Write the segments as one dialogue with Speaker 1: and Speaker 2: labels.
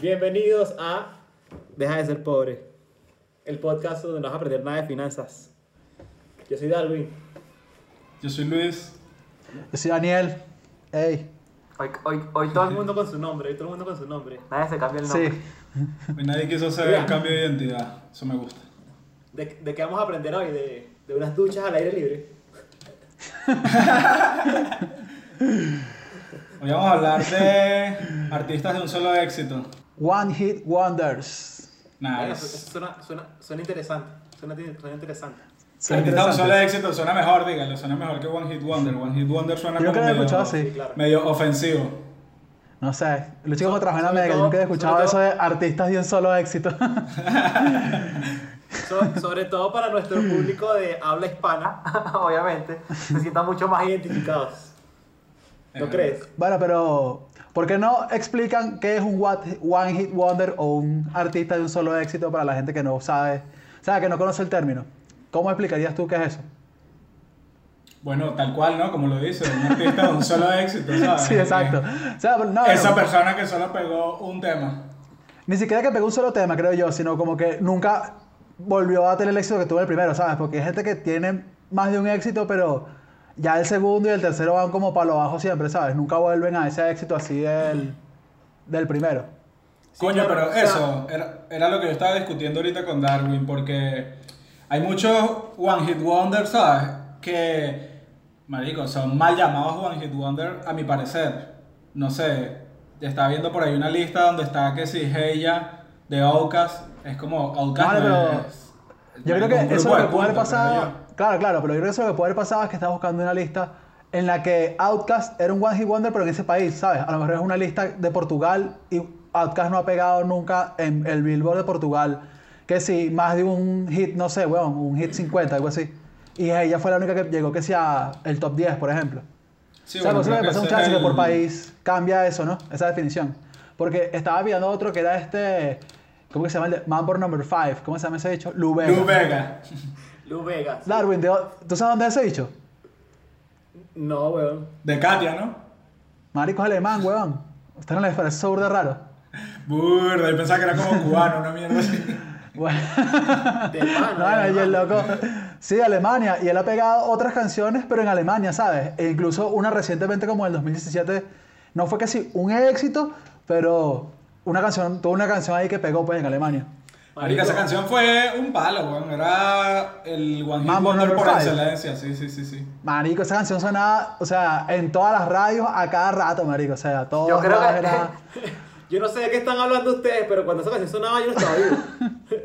Speaker 1: Bienvenidos a Deja de ser pobre, el podcast donde no vas a aprender nada de finanzas. Yo soy Darwin.
Speaker 2: Yo soy Luis.
Speaker 3: Yo soy Daniel. Ey.
Speaker 4: Hoy, hoy, hoy
Speaker 1: Todo
Speaker 4: todo
Speaker 1: el
Speaker 4: el mundo,
Speaker 1: mundo con su nombre, todo el mundo con su nombre.
Speaker 4: nadie se cambia el nombre.
Speaker 3: Sí.
Speaker 2: Hoy nadie quiso hacer
Speaker 1: Mira.
Speaker 2: el cambio de identidad. Eso me gusta.
Speaker 1: ¿De, de qué vamos a aprender hoy? ¿De, de unas duchas al aire libre?
Speaker 2: Hoy vamos a hablar de artistas de un solo éxito.
Speaker 3: One Hit Wonders.
Speaker 1: Bueno, eso-
Speaker 2: Nice.
Speaker 1: eso suena, suena, suena interesante. Suena, suena interesante.
Speaker 3: Suena
Speaker 2: Artistas de un solo
Speaker 3: interesante.
Speaker 2: éxito suena mejor, dígalo. Suena mejor que One Hit Wonder. One Hit Wonder suena
Speaker 3: Yo
Speaker 2: como
Speaker 3: creo que lo he
Speaker 2: medio,
Speaker 3: escuchado así.
Speaker 1: claro.
Speaker 2: medio ofensivo.
Speaker 3: No sé. Los chicos que trabajan
Speaker 1: sobre
Speaker 3: en la Mega, yo
Speaker 1: todo-
Speaker 3: nunca he escuchado
Speaker 1: sobre
Speaker 3: eso
Speaker 1: todo-
Speaker 3: de artistas de un solo éxito.
Speaker 1: So- sobre todo para nuestro público de habla hispana,
Speaker 4: Obviamente, se sientan mucho más
Speaker 1: más
Speaker 4: identificados.
Speaker 1: identificados. ¿No
Speaker 2: Ajá.
Speaker 1: crees?
Speaker 3: bueno, pero. ¿Por qué no explican qué es un what- One Hit Wonder o un artista de un solo éxito para la gente que no sabe? O sea, que no conoce el término. ¿Cómo explicarías tú qué es eso?
Speaker 2: Bueno, tal cual, ¿no? Como lo dice, un artista de un solo éxito,
Speaker 1: Ah, eh,
Speaker 2: ¿sabes? Eh,
Speaker 3: Sí, exacto. O sea, pero no,
Speaker 2: Esa
Speaker 3: no.
Speaker 2: persona que solo pegó un tema.
Speaker 3: Ni siquiera que pegó un solo tema, creo yo, sino como que nunca volvió a tener el éxito que tuvo en el primero, ¿sabes? Porque hay gente que tiene más de un éxito, pero ya el segundo y el tercero van como para lo bajo siempre, ¿sabes? Nunca vuelven a ese éxito así del, del primero.
Speaker 2: Coño,
Speaker 1: claro,
Speaker 2: pero
Speaker 1: o sea-
Speaker 2: eso era, era lo que yo estaba discutiendo ahorita con Darwin, porque hay muchos One Hit Wonder, ¿sabes? Que, marico, son mal llamados One Hit Wonder, a mi parecer. No sé, estaba viendo por ahí una lista donde está que si Heya de Outcast, es como Outcast.
Speaker 3: Vale,
Speaker 2: no
Speaker 3: pero
Speaker 2: es-
Speaker 3: Yo
Speaker 2: marico,
Speaker 3: creo que
Speaker 2: un
Speaker 3: eso
Speaker 2: grupo
Speaker 3: es lo
Speaker 2: de
Speaker 3: que puede haber
Speaker 2: punta, creo
Speaker 3: pasado.
Speaker 2: yo.
Speaker 3: Claro, claro, pero yo creo que eso lo que puede haber pasado es que estás buscando una lista en la que Outcast era un One Hit Wonder, pero en ese país, ¿sabes? A lo mejor es una lista de Portugal y Outcast no ha pegado nunca en el Billboard de Portugal. Que si más de un hit, no sé, weón, un hit 50, algo así. Y ella fue la única que llegó que sea el top 10, por ejemplo.
Speaker 2: Sí,
Speaker 3: o sea,
Speaker 2: bueno,
Speaker 3: por eso
Speaker 2: creo
Speaker 3: me
Speaker 2: que
Speaker 3: pasa un
Speaker 2: ese es
Speaker 3: chance que por
Speaker 2: el-
Speaker 3: país cambia eso, ¿no? Esa definición. Porque estaba mirando otro que era este. ¿Cómo que se llama? El de Man por Number 5. ¿Cómo se llama ese dicho? Lubega.
Speaker 2: Lou Vega.
Speaker 1: Lou Vegas.
Speaker 3: Darwin, ¿de dó- ¿tú sabes dónde es ese dicho?
Speaker 1: No, weón.
Speaker 2: De Katia, ¿no?
Speaker 3: Marico es alemán, huevón. Usted no le parece eso burda raro.
Speaker 2: Burda, yo pensaba que era como cubano, una mierda así.
Speaker 3: Bueno,
Speaker 1: De pana,
Speaker 3: no, no, y el
Speaker 1: hermano.
Speaker 3: loco. Sí, Alemania. Y él ha pegado otras canciones, pero en Alemania, ¿sabes? E incluso una recientemente como en el 2017. No fue que sí, un éxito, pero una canción, tuvo una canción ahí que pegó pues en Alemania.
Speaker 2: Marica, esa canción fue un palo, weón. Era el One Hit
Speaker 3: Mambo
Speaker 2: Wonder
Speaker 3: number
Speaker 2: por
Speaker 3: five.
Speaker 2: excelencia, sí, sí, sí, sí.
Speaker 3: Marico, esa canción sonaba, o sea, en todas las radios a cada rato, marico. O sea, todo.
Speaker 4: Yo creo que-
Speaker 1: Yo no sé de qué están hablando ustedes, pero cuando esa canción sonaba yo no estaba vivo.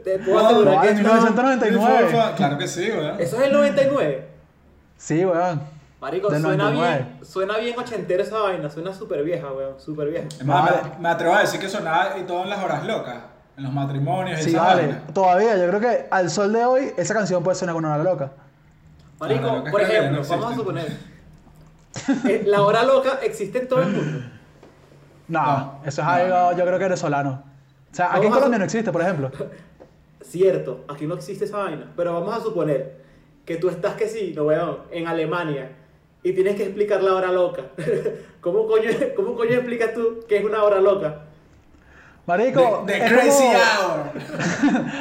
Speaker 1: Te puedo
Speaker 2: No,
Speaker 1: asegurar
Speaker 3: no,
Speaker 1: que
Speaker 3: en
Speaker 1: estaba-
Speaker 3: 1999.
Speaker 2: Claro que sí, weón.
Speaker 1: Eso es el 99.
Speaker 3: Sí, weón.
Speaker 1: Marico,
Speaker 3: Del
Speaker 1: suena
Speaker 3: 99.
Speaker 1: bien, suena bien ochentero esa vaina, suena súper vieja, weón, súper vieja.
Speaker 2: Es más,
Speaker 3: Vale.
Speaker 2: me, me atrevo a decir que sonaba y todo en las horas locas, en los matrimonios y
Speaker 3: Sí,
Speaker 2: esa
Speaker 3: vale.
Speaker 2: vaina.
Speaker 3: Todavía, yo creo que al sol de hoy, esa canción puede sonar con una hora loca.
Speaker 1: Marico,
Speaker 2: Ahora, lo que
Speaker 1: por
Speaker 2: es que
Speaker 1: ejemplo,
Speaker 2: no
Speaker 1: vamos a suponer,
Speaker 2: existe.
Speaker 1: eh, la hora loca existe en todo el mundo.
Speaker 3: No,
Speaker 2: No.
Speaker 3: eso es
Speaker 2: No,
Speaker 3: algo,
Speaker 2: no,
Speaker 3: yo creo que venezolano. O sea, aquí en
Speaker 1: Vamos a-
Speaker 3: Colombia no existe, por ejemplo.
Speaker 1: Cierto, aquí no existe esa vaina, pero vamos a suponer que tú estás que sí, no weón, en Alemania y tienes que explicar la hora loca. ¿Cómo coño, cómo coño explicas tú qué es una hora loca?
Speaker 3: Marico,
Speaker 2: The, the
Speaker 3: es,
Speaker 2: Crazy
Speaker 3: como,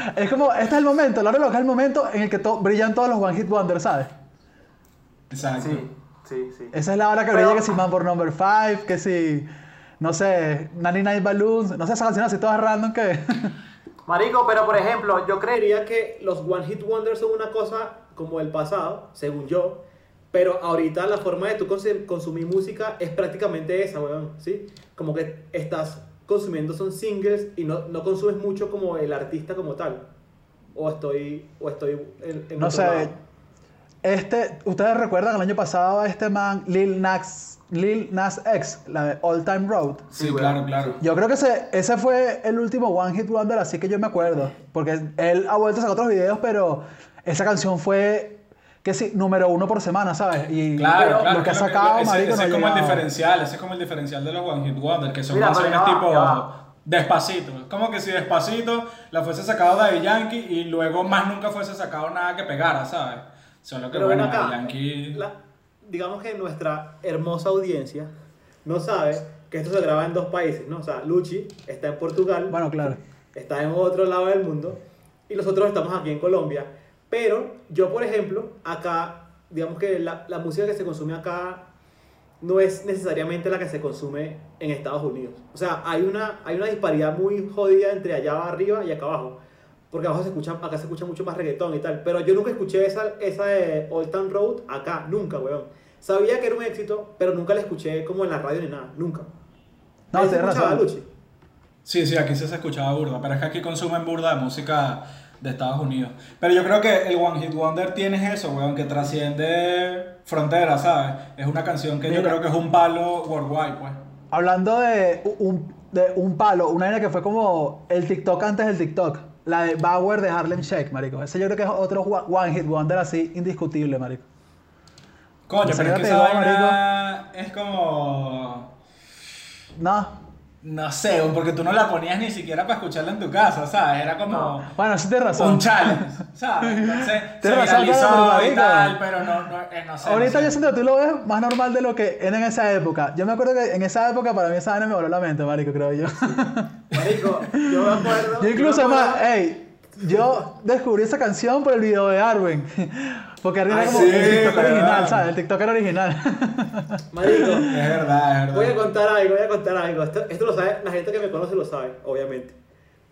Speaker 2: Hour.
Speaker 3: es como, este es el momento, la hora loca es el momento en el que to- brillan todos los One Hit Wonders, ¿sabes?
Speaker 2: Exacto.
Speaker 4: Sí, sí, sí.
Speaker 3: Esa es la hora que
Speaker 4: Pero-
Speaker 3: brilla que si Man por Number 5, que si, no sé, Nanny Night Balloons, no sé, esas canciones así todas random que...
Speaker 4: Marico, pero por ejemplo, yo creería.
Speaker 1: Creería que los One Hit Wonders son una cosa como el pasado, según yo, pero ahorita la forma de tú consu- consumir música es prácticamente esa, weón, ¿sí? Como que estás consumiendo son singles y no, no consumes mucho como el artista como tal. O estoy, o estoy en, en
Speaker 3: No
Speaker 1: otro
Speaker 3: sé.
Speaker 1: lado.
Speaker 3: Este, ustedes recuerdan el año pasado a este man Lil Nas, Lil Nas X, la de All Time Road.
Speaker 2: Sí, claro, claro.
Speaker 3: Yo creo que ese, ese fue el último One Hit Wonder, así que yo me acuerdo. Porque él ha vuelto a sacar otros videos, pero esa canción fue, que sí, número uno por semana, ¿sabes? Y
Speaker 2: Claro,
Speaker 3: lo
Speaker 2: claro.
Speaker 3: que ha
Speaker 2: creo
Speaker 3: sacado,
Speaker 2: ese,
Speaker 3: marico,
Speaker 2: ese
Speaker 3: no ha
Speaker 2: es como el
Speaker 3: llegado.
Speaker 2: diferencial, ese es como el diferencial de los One Hit Wonder, que son
Speaker 4: Mira, pero
Speaker 2: canciones
Speaker 4: ya va,
Speaker 2: tipo
Speaker 4: ya va.
Speaker 2: despacito. Es como que si despacito la fuese sacado Daddy Yankee y luego más nunca fuese sacado nada que pegara, ¿sabes? Solo que
Speaker 1: Pero ven
Speaker 2: bueno,
Speaker 1: acá,
Speaker 2: Daddy Yankee.
Speaker 1: la- digamos que nuestra hermosa audiencia no sabe que esto se graba en dos países, ¿no? O sea, Luchi está en Portugal,
Speaker 3: Bueno, claro.
Speaker 1: está en otro lado del mundo, y nosotros estamos aquí en Colombia. Pero yo, por ejemplo, acá, digamos que la, la música que se consume acá no es necesariamente la que se consume en Estados Unidos. O sea, hay una, hay una disparidad muy jodida entre allá arriba y acá abajo. Porque abajo se escucha, acá se escucha mucho más reggaetón y tal. Pero yo nunca escuché esa, esa de Old Town Road acá, nunca, weón. Sabía que era un éxito, pero nunca la escuché como en la radio ni nada, nunca.
Speaker 3: No,
Speaker 1: Ahí se
Speaker 3: tienes
Speaker 1: escuchaba,
Speaker 3: razón.
Speaker 1: Luchi.
Speaker 2: Sí, sí, aquí sí se escuchaba burda, pero es que aquí consumen burda de música de Estados Unidos. Pero yo creo que el One Hit Wonder tiene eso, weón, que trasciende fronteras, ¿sabes? Es una canción que yo
Speaker 3: Mira.
Speaker 2: creo que es un palo worldwide, pues.
Speaker 3: Hablando de u- un, de un palo, una vaina que fue como el TikTok antes del TikTok. La de Bauer de Harlem Shake, marico. Ese yo creo que es otro one one hit wonder así indiscutible, marico.
Speaker 2: Coño,
Speaker 3: Pensé
Speaker 2: pero es
Speaker 3: que
Speaker 2: que
Speaker 3: te
Speaker 2: esa
Speaker 3: iba,
Speaker 2: vaina es como...
Speaker 3: No.
Speaker 2: No sé, weón, porque tú no la ponías ni siquiera para escucharla en tu casa, ¿sabes? Era como...
Speaker 3: Bueno, sí tienes razón.
Speaker 2: Un challenge, ¿sabes? Entonces, se
Speaker 3: Tienes razón, claro,
Speaker 2: viralizó
Speaker 3: marico.
Speaker 2: y tal, pero no, no, eh, no sé. no
Speaker 3: Ahorita
Speaker 2: sé.
Speaker 3: yo siento que tú lo ves más normal de lo que era en esa época. Yo me acuerdo que en esa época para mí esa vaina me voló la mente, marico, creo yo.
Speaker 1: Marico, yo me acuerdo.
Speaker 3: Yo incluso
Speaker 1: yo me
Speaker 3: más, eh.
Speaker 1: acuerdo-
Speaker 3: hey, yo descubrí esa canción por el video de Arwen. Porque Arwen
Speaker 2: Ay,
Speaker 3: era como
Speaker 2: sí,
Speaker 3: el TikTok
Speaker 2: ¿verdad?
Speaker 3: original, ¿sabes? El TikTok era original.
Speaker 1: Marico,
Speaker 2: Es verdad, es
Speaker 1: Voy a
Speaker 2: verdad.
Speaker 1: contar algo, voy a contar algo. Esto, esto lo sabe, la gente que me conoce lo sabe, obviamente.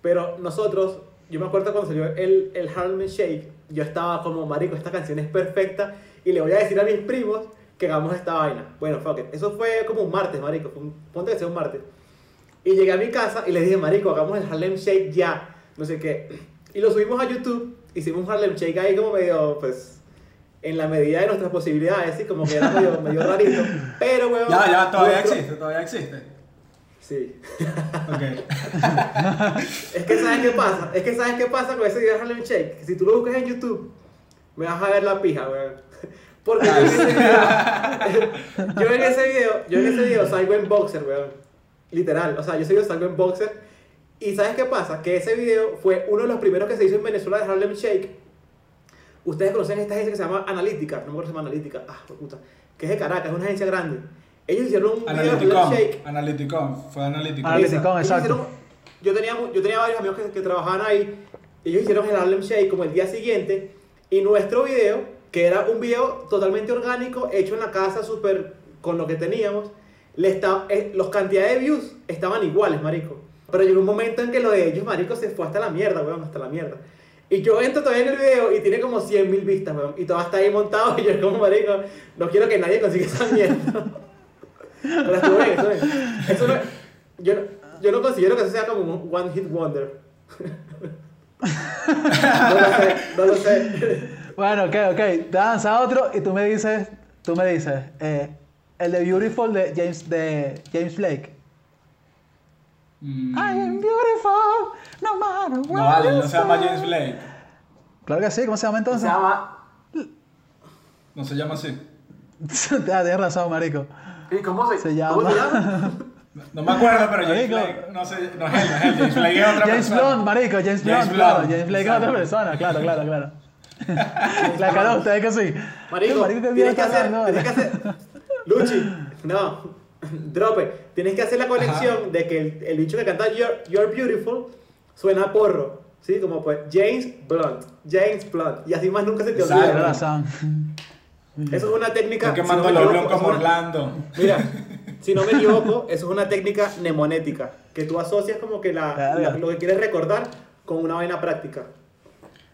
Speaker 1: Pero nosotros, yo me acuerdo cuando salió el, el Harlem Shake, yo estaba como, marico, esta canción es perfecta y le voy a decir a mis primos que hagamos esta vaina. Bueno, fuck it. Eso fue como un martes, marico. fue un- ponte que sea un martes. Y llegué a mi casa y les dije, marico, hagamos el Harlem Shake ya. No sé qué. Y lo subimos a YouTube. Hicimos un Harlem Shake ahí como medio, pues, en la medida de nuestras posibilidades, así como que era medio, medio rarito. Pero, weón.
Speaker 2: Ya, ya, todavía
Speaker 1: nuestro-
Speaker 2: existe, todavía existe.
Speaker 1: Sí.
Speaker 2: Ok.
Speaker 1: Es que sabes qué pasa. Es que sabes qué pasa con ese video de Harlem Shake. Que si tú lo buscas en YouTube, me vas a ver la pija, weón. Porque yo en ese video, yo en ese video, yo en ese video salgo en boxer, weón. Literal. O sea, yo ese video salgo en boxer. Y sabes qué pasa? Que ese video fue uno de los primeros que se hizo en Venezuela de Harlem Shake. Ustedes conocen esta agencia que se llama Analítica. No me acuerdo si se llama Analítica. Ah, hijo de puta. Que es de Caracas, es una agencia grande. Ellos hicieron un video de Harlem
Speaker 2: Analyticom,
Speaker 1: Shake.
Speaker 2: Analyticom, fue Analyticom.
Speaker 3: Analyticom. Analyticom,
Speaker 1: Ellos
Speaker 3: exacto.
Speaker 1: hicieron- yo, tenía, mu- yo tenía varios amigos que, que trabajaban ahí. Ellos hicieron el Harlem Shake como el día siguiente. Y nuestro video, que era un video totalmente orgánico, hecho en la casa, súper con lo que teníamos, le esta- eh, los cantidades de views estaban iguales, marico. Pero llegó un momento en que lo de ellos, marico, se fue hasta la mierda, weón, hasta la mierda. Y yo entro todavía en el video y tiene como 100 mil vistas, weón. Y todo está ahí montado y yo como, marico, no quiero que nadie consiga esa mierda. Pero estuvo bien, estuvo bien. Eso no- yo, no, yo no considero que eso sea como un one hit wonder. no lo sé, no lo sé.
Speaker 3: bueno, ok, ok. Danza otro y tú me dices, tú me dices, eh, el de Beautiful de James, de James Blake.
Speaker 2: Mm,
Speaker 3: I am beautiful, no matter what
Speaker 2: No vale,
Speaker 3: you
Speaker 2: no se llama
Speaker 3: say.
Speaker 2: James Blake.
Speaker 3: Claro que sí, ¿cómo se llama
Speaker 4: Se
Speaker 3: entonces?
Speaker 4: llama.
Speaker 2: No se llama así.
Speaker 3: ah, tienes razón, marico.
Speaker 4: ¿Y cómo se,
Speaker 3: Se
Speaker 4: ¿Cómo se
Speaker 3: llama-
Speaker 4: llama?
Speaker 2: No, no me acuerdo, pero James
Speaker 3: Marico.
Speaker 2: Blake, no, sé, no es él, no es él. James Blake es otra
Speaker 3: James
Speaker 2: persona.
Speaker 3: Blunt, marico,
Speaker 2: James
Speaker 3: James Blunt, claro,
Speaker 2: Blunt,
Speaker 3: James Blake es otra
Speaker 2: exacto.
Speaker 3: persona, claro, claro, claro. La cara de ustedes que sí.
Speaker 1: Marico,
Speaker 3: Qué qué miedo
Speaker 1: tienes que hacer,
Speaker 3: hablando,
Speaker 1: tienes que
Speaker 3: ¿verdad?
Speaker 1: hacer. Luchi, no, drope. Tienes que hacer la conexión de que el, el bicho que canta You're, You're Beautiful suena a porro. Sí, como pues James Blunt, James Blunt. Y así más nunca se te
Speaker 2: Exacto.
Speaker 3: Tienes
Speaker 1: olvida.
Speaker 3: razón.
Speaker 1: Eso es una técnica.
Speaker 2: Estoy
Speaker 1: si no me
Speaker 2: quemando los
Speaker 1: equivoco,
Speaker 2: blancos
Speaker 1: es una-
Speaker 2: Orlando.
Speaker 1: Mira, si no me equivoco, eso es una técnica mnemonética, que tú asocias como que la,
Speaker 3: Verga.
Speaker 1: la- lo que quieres recordar con una vaina práctica.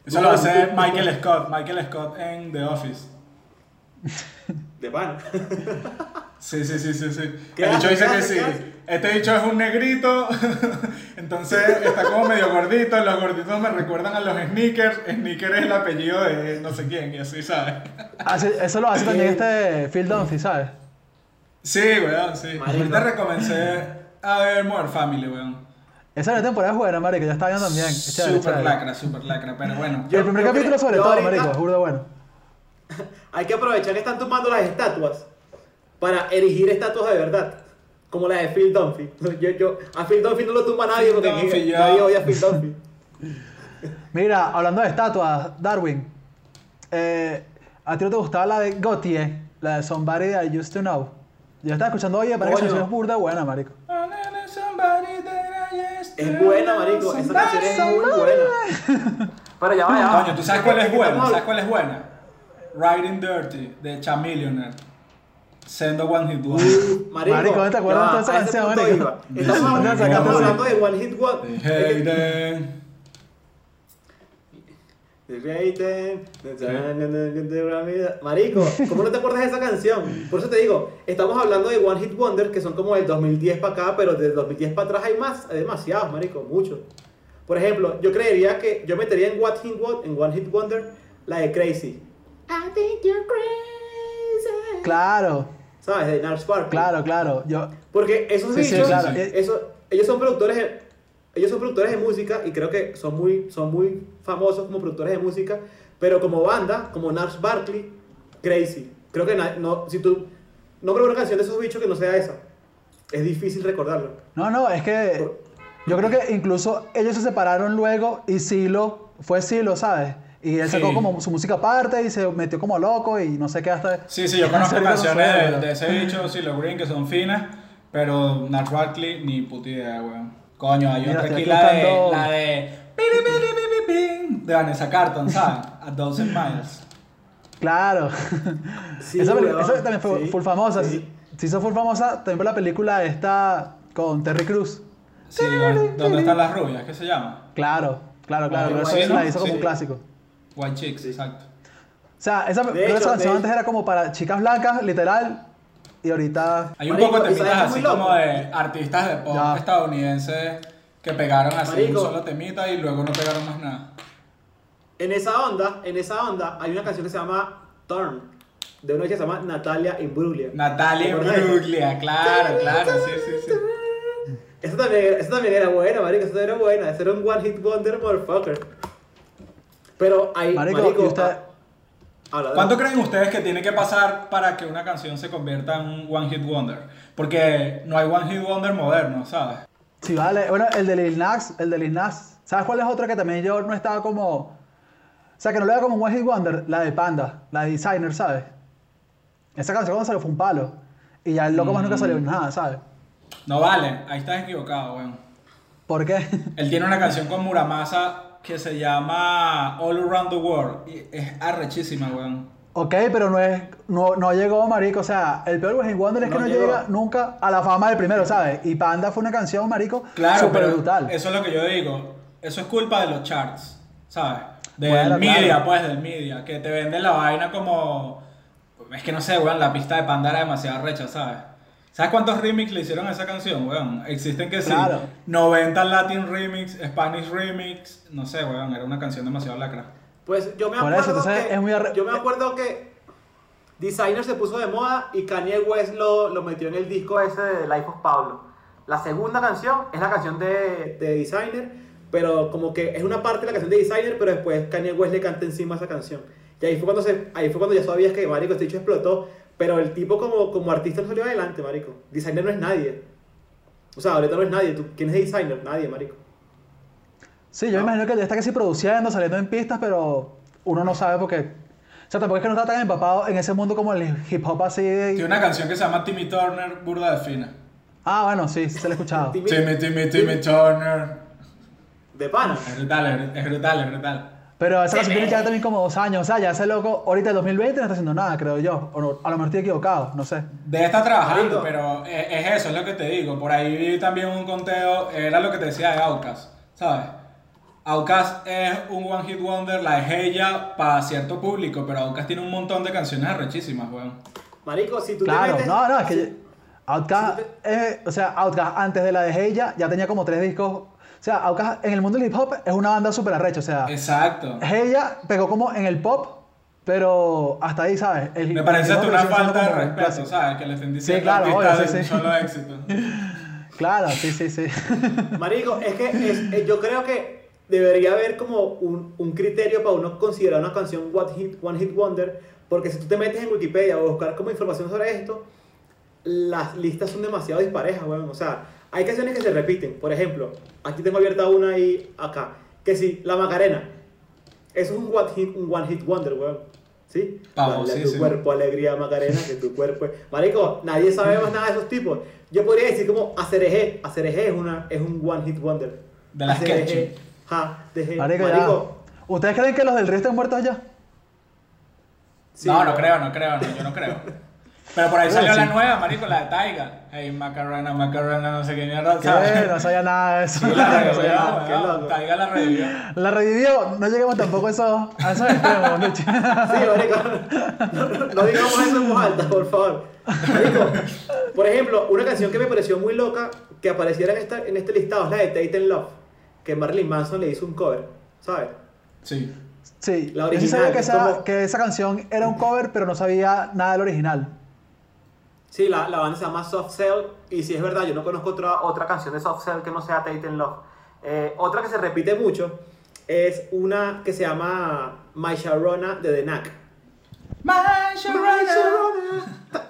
Speaker 2: Eso lo hace Michael Scott, Michael Scott en The Office.
Speaker 1: De pan.
Speaker 2: Sí, sí, sí, sí, sí.
Speaker 1: ¿Qué
Speaker 2: El
Speaker 1: hace?
Speaker 2: dicho dice
Speaker 1: ¿Qué
Speaker 2: que
Speaker 1: hace?
Speaker 2: sí.
Speaker 1: ¿Qué hace?
Speaker 2: Este dicho es un negrito, entonces está como medio gordito. Los gorditos me recuerdan a los sneakers. Sneakers es el apellido de no sé quién, y así, ¿sabes?
Speaker 3: Hace- eso lo hace también este Phil Dunphy, ¿sabes?
Speaker 2: Sí, weón, sí.
Speaker 1: Marico.
Speaker 2: Ahorita recomencé a ver Modern Family, weón.
Speaker 3: Esa era la temporada es buena, marico, yo estaba viendo también. Es chévere,
Speaker 2: Súper
Speaker 3: chévere.
Speaker 2: lacra, súper lacra, pero bueno.
Speaker 1: Yo-
Speaker 3: el primer
Speaker 1: yo
Speaker 3: capítulo
Speaker 1: creo-
Speaker 3: sobre
Speaker 1: yo
Speaker 3: todo,
Speaker 1: ahorita-
Speaker 3: marico, juro bueno.
Speaker 1: Hay que aprovechar que están tomando las estatuas para erigir estatuas de verdad. Como la de Phil Dunphy. Yo, yo, a Phil Dunphy no lo tumba nadie
Speaker 2: Phil
Speaker 1: porque
Speaker 2: Dunphy,
Speaker 1: aquí,
Speaker 2: ya.
Speaker 1: nadie odia a Phil Dunphy.
Speaker 3: Mira, hablando de estatuas, Darwin, eh, ¿a ti no te gustaba la de Gautier? La de Somebody That I Used To Know. Yo estaba escuchando, oye, para que
Speaker 1: Coño.
Speaker 3: canción es burda buena, marico.
Speaker 1: Es buena, marico. Esa canción es muy buena.
Speaker 4: Pero ya va, ya va.
Speaker 2: Coño, ¿tú sabes cuál es buena? ¿Sabes cuál es buena? Riding Dirty de Chamillionaire. Sendo One Hit Wonder.
Speaker 1: Marico,
Speaker 3: Marico, ¿no te acuerdas
Speaker 1: ya
Speaker 3: de
Speaker 1: va,
Speaker 3: esa
Speaker 1: a ese
Speaker 3: canción,
Speaker 1: punto
Speaker 3: marico?
Speaker 1: iba. Estamos hablando-
Speaker 3: Esa
Speaker 1: estamos
Speaker 3: canción.
Speaker 1: hablando de One Hit
Speaker 2: De
Speaker 1: One.
Speaker 2: Hayden.
Speaker 1: The Great End, the time and the Grammy- Marico, ¿cómo no te acuerdas de esa canción? Por eso te digo, estamos hablando de One Hit Wonder, que son como del 2010 para acá, pero del 2010 para atrás hay más, hay demasiados, marico, muchos. Por ejemplo, yo creería que yo metería en One Hit Wonder, en One Hit Wonder la de Crazy,
Speaker 3: Claro,
Speaker 1: ¿sabes? De Nars Spark.
Speaker 3: claro, claro. Yo,
Speaker 1: Porque esos
Speaker 3: Sí, sí,
Speaker 1: bichos,
Speaker 3: claro.
Speaker 1: eso- ellos son productores, de- ellos son productores de música y creo que son muy, son muy famosos como productores de música, pero como banda, como Nars Barkley, Crazy. Creo que na- no, si tú nombras una canción de esos bichos que no sea esa, es difícil recordarlo.
Speaker 3: No, no, es que yo creo que incluso ellos se separaron luego y Silo fue Silo, ¿sabes? Y él sacó
Speaker 2: Sí.
Speaker 3: como su música aparte y se metió como loco y no sé qué hasta...
Speaker 2: Sí, sí, yo conozco
Speaker 3: Ahorita no suena,
Speaker 2: canciones de,
Speaker 3: pero-
Speaker 2: de ese bicho, sí, los Green, que son finas, pero Nat Barkley ni puta idea, weón. Coño, hay
Speaker 3: Mira,
Speaker 2: otra
Speaker 3: estoy
Speaker 2: aquí,
Speaker 3: aquí
Speaker 2: la de,
Speaker 3: buscando-
Speaker 2: la de... piri, piri, piri, piri, De Vanessa Carton, ¿sabes? A Thousand Miles.
Speaker 3: Claro.
Speaker 1: Sí,
Speaker 3: esa, película,
Speaker 1: weón,
Speaker 3: esa también fue
Speaker 1: sí,
Speaker 3: full famosa.
Speaker 1: sí.
Speaker 3: Se hizo full famosa también por la película esta con Terry Cruz.
Speaker 2: Sí, ¿dónde están las rubias? ¿Qué se llama?
Speaker 3: Claro, claro, claro.
Speaker 2: Ah,
Speaker 3: pero eso
Speaker 2: sí,
Speaker 3: se la
Speaker 2: ¿no?
Speaker 3: hizo como
Speaker 2: Sí.
Speaker 3: un clásico.
Speaker 2: White Chicks, exacto.
Speaker 3: O sea, esa, creo que esa
Speaker 1: hecho, de
Speaker 3: canción
Speaker 1: hecho.
Speaker 3: antes era como para chicas blancas, literal, y ahorita...
Speaker 2: Hay un
Speaker 1: Marico,
Speaker 2: poco de
Speaker 1: ¿y sabes
Speaker 2: temitas
Speaker 1: qué es muy
Speaker 2: así como
Speaker 1: loco?
Speaker 2: de artistas de pop
Speaker 3: Ya.
Speaker 2: estadounidenses que pegaron así
Speaker 1: Marico.
Speaker 2: un solo temita y luego no pegaron más nada.
Speaker 1: En esa onda, en esa onda, hay una canción que se llama Turn, de una que se llama Natalia Imbruglia. ¿Te
Speaker 2: Natalia
Speaker 1: acuerdas de esa?
Speaker 2: Bruglia, claro, claro, sí, sí, sí.
Speaker 1: Esa también, era- esa también era buena, marico, esa era buena. Esa era un one hit wonder, motherfucker. Pero ahí,
Speaker 3: Marico,
Speaker 1: marico,
Speaker 3: y usted-
Speaker 1: ah, habla, habla.
Speaker 2: ¿Cuánto creen ustedes que tiene que pasar para que una canción se convierta en un One Hit Wonder? Porque no hay One Hit Wonder moderno, ¿sabes?
Speaker 3: Sí, vale. Bueno, el de Lil Nas, el de Lil Nas. ¿Sabes cuál es otra que también yo no estaba como... O sea, que no le da como un One Hit Wonder, la de Panda, la de Designer, ¿sabes? Esa canción cuando salió fue un palo. Y ya el loco más
Speaker 1: Mm.
Speaker 3: nunca salió en nada, ¿sabes?
Speaker 2: No vale, ahí estás equivocado, weón.
Speaker 3: ¿Por qué?
Speaker 2: Él tiene una canción con Muramasa que se llama All Around the World y es arrechísima, weón.
Speaker 3: ok, pero no es... No, no llegó, marico. O sea, el peor One Hit Wonder es que
Speaker 1: No
Speaker 3: no
Speaker 1: llegó.
Speaker 3: llega nunca a la fama del primero, ¿sabes? Y Panda fue una canción, marico,
Speaker 2: Claro,
Speaker 3: súper
Speaker 2: pero
Speaker 3: brutal.
Speaker 2: eso es lo que yo digo. Eso es culpa de los charts, ¿sabes? Del
Speaker 3: Bueno,
Speaker 2: media,
Speaker 3: claro.
Speaker 2: pues, del media. Que te venden la vaina como... Es que no sé, weón, la pista de Panda era demasiado recha, ¿sabes? ¿Sabes cuántos remix le hicieron a esa canción, weón? Existen que sí.
Speaker 3: Claro.
Speaker 2: 90 Latin remix, Spanish remix. No sé, weón, era una canción demasiado lacra.
Speaker 1: Pues yo me
Speaker 3: Por
Speaker 1: acuerdo
Speaker 3: eso, entonces,
Speaker 1: que,
Speaker 3: es muy arre-
Speaker 1: yo me acuerdo que Designer se puso de moda y Kanye West lo, lo metió en el disco
Speaker 4: Ese de Life of Pablo. La segunda canción es la canción de.
Speaker 1: de Designer, pero como que es una parte de la canción de Designer, pero después Kanye West le canta encima esa canción. Y ahí fue cuando se, ahí fue cuando ya sabías que marico este dicho explotó, pero el tipo como, como artista no salió adelante, marico. Designer no es nadie. O sea, ahorita no es nadie. ¿Tú, ¿Quién es Designer? Nadie, marico.
Speaker 3: Sí, yo me imagino que ya está casi produciendo, saliendo en pistas, pero uno no sabe porque... O sea, tampoco es que no está tan empapado en ese mundo como el hip hop así.
Speaker 2: Tiene
Speaker 3: de-
Speaker 2: una canción que se llama Timmy Turner, burda de fina.
Speaker 3: Ah, bueno, sí, Ah. sí se lo he escuchado.
Speaker 1: Timmy-
Speaker 2: Timmy, Timmy, Timmy Turner.
Speaker 1: De pana.
Speaker 2: Es brutal, es brutal, es brutal.
Speaker 3: Pero esa canción
Speaker 2: Eh,
Speaker 3: tiene ya también como dos años. O sea, ya ese loco, ahorita en 2020 no está haciendo nada, creo yo. O no, a lo mejor estoy equivocado, no sé.
Speaker 2: Debe estar
Speaker 1: Marico.
Speaker 2: trabajando, pero es, es eso, es lo que te digo. Por ahí vi también un conteo, era lo que te decía de Outcast, ¿sabes? Outcast es un One Hit Wonder, la es ella para cierto público, pero Outcast tiene un montón de canciones arrechísimas, weón.
Speaker 1: Marico, si tú te
Speaker 3: Claro,
Speaker 1: metes...
Speaker 3: no, no, es
Speaker 1: si-
Speaker 3: que Outkast,
Speaker 1: Sí,
Speaker 3: eh, o sea, Outkast antes de la de Heya ya tenía como tres discos. O sea, Outkast en el mundo del hip hop es una banda súper arrecha, o sea,
Speaker 2: Exacto.
Speaker 3: Heya pegó como en el pop, pero hasta ahí, ¿sabes? El-
Speaker 2: Me parece
Speaker 3: el hip
Speaker 2: hasta
Speaker 3: hop
Speaker 2: una
Speaker 3: sigue siendo
Speaker 2: falta de
Speaker 3: como un
Speaker 2: respeto,
Speaker 3: clásico.
Speaker 2: ¿sabes? Que le estén diciendo
Speaker 3: claro,
Speaker 2: artista
Speaker 3: obvio, sí,
Speaker 2: de un
Speaker 3: sí.
Speaker 2: solo éxito.
Speaker 3: Claro, sí, sí, sí.
Speaker 1: Marico, es que es- eh, yo creo que debería haber como un, un criterio para uno considerar una canción One Hit, One Hit Wonder, porque si tú te metes en Wikipedia o buscar como información sobre esto, las listas son demasiado disparejas, weón. O sea, hay canciones que se repiten. Por ejemplo, aquí tengo abierta una y acá. Que sí, La Macarena. Eso es un One Hit, un one hit Wonder, weón. ¿Sí?
Speaker 2: Pavosísimo.
Speaker 1: Dale a tu cuerpo alegría, Macarena, que tu cuerpo es... Marico, nadie sabe más nada de esos tipos. Yo podría decir como Acereje. Acereje es, una, es un one hit wonder.
Speaker 2: De las
Speaker 1: Acereje.
Speaker 2: Ketchup.
Speaker 1: Ja, deje.
Speaker 3: Marico, ya. ¿Ustedes creen que los del río estén muertos ya?
Speaker 1: sí.
Speaker 2: No, no creo, no creo, no, yo no creo. Pero por ahí
Speaker 3: Bueno,
Speaker 2: salió la
Speaker 3: sí.
Speaker 2: nueva, marico, la de Taiga. Hey, Macarena, Macarena, no sé qué mierda,
Speaker 3: ¿Qué?
Speaker 2: ¿sabes?
Speaker 3: No sabía nada de eso.
Speaker 2: Sí, la
Speaker 3: No
Speaker 2: revivió,
Speaker 3: sabía nada.
Speaker 1: qué
Speaker 2: weón,
Speaker 1: loco.
Speaker 2: Taiga la revivió.
Speaker 3: La revivió, no lleguemos tampoco a esos, a esos extremos, Luchi.
Speaker 1: Sí, marico. No, no digamos eso en voz alta, por favor. Marico, por ejemplo, una canción que me pareció muy loca que apareciera en, esta, en este listado es la de Tate and Love, que Marilyn Manson le hizo un cover, ¿sabes?
Speaker 2: Sí.
Speaker 3: Sí,
Speaker 1: La
Speaker 3: yo sí sabía
Speaker 1: original,
Speaker 3: que
Speaker 1: es
Speaker 3: esa,
Speaker 1: como-
Speaker 3: que esa canción era un cover, pero no sabía nada del original.
Speaker 1: Sí, la, la banda se llama Soft Cell y si es verdad, yo no conozco otra,
Speaker 4: Otra canción de Soft Cell que no sea Tate and Love. Eh, otra que se repite.
Speaker 1: repite mucho, es una que se llama My Sharona de The Knack.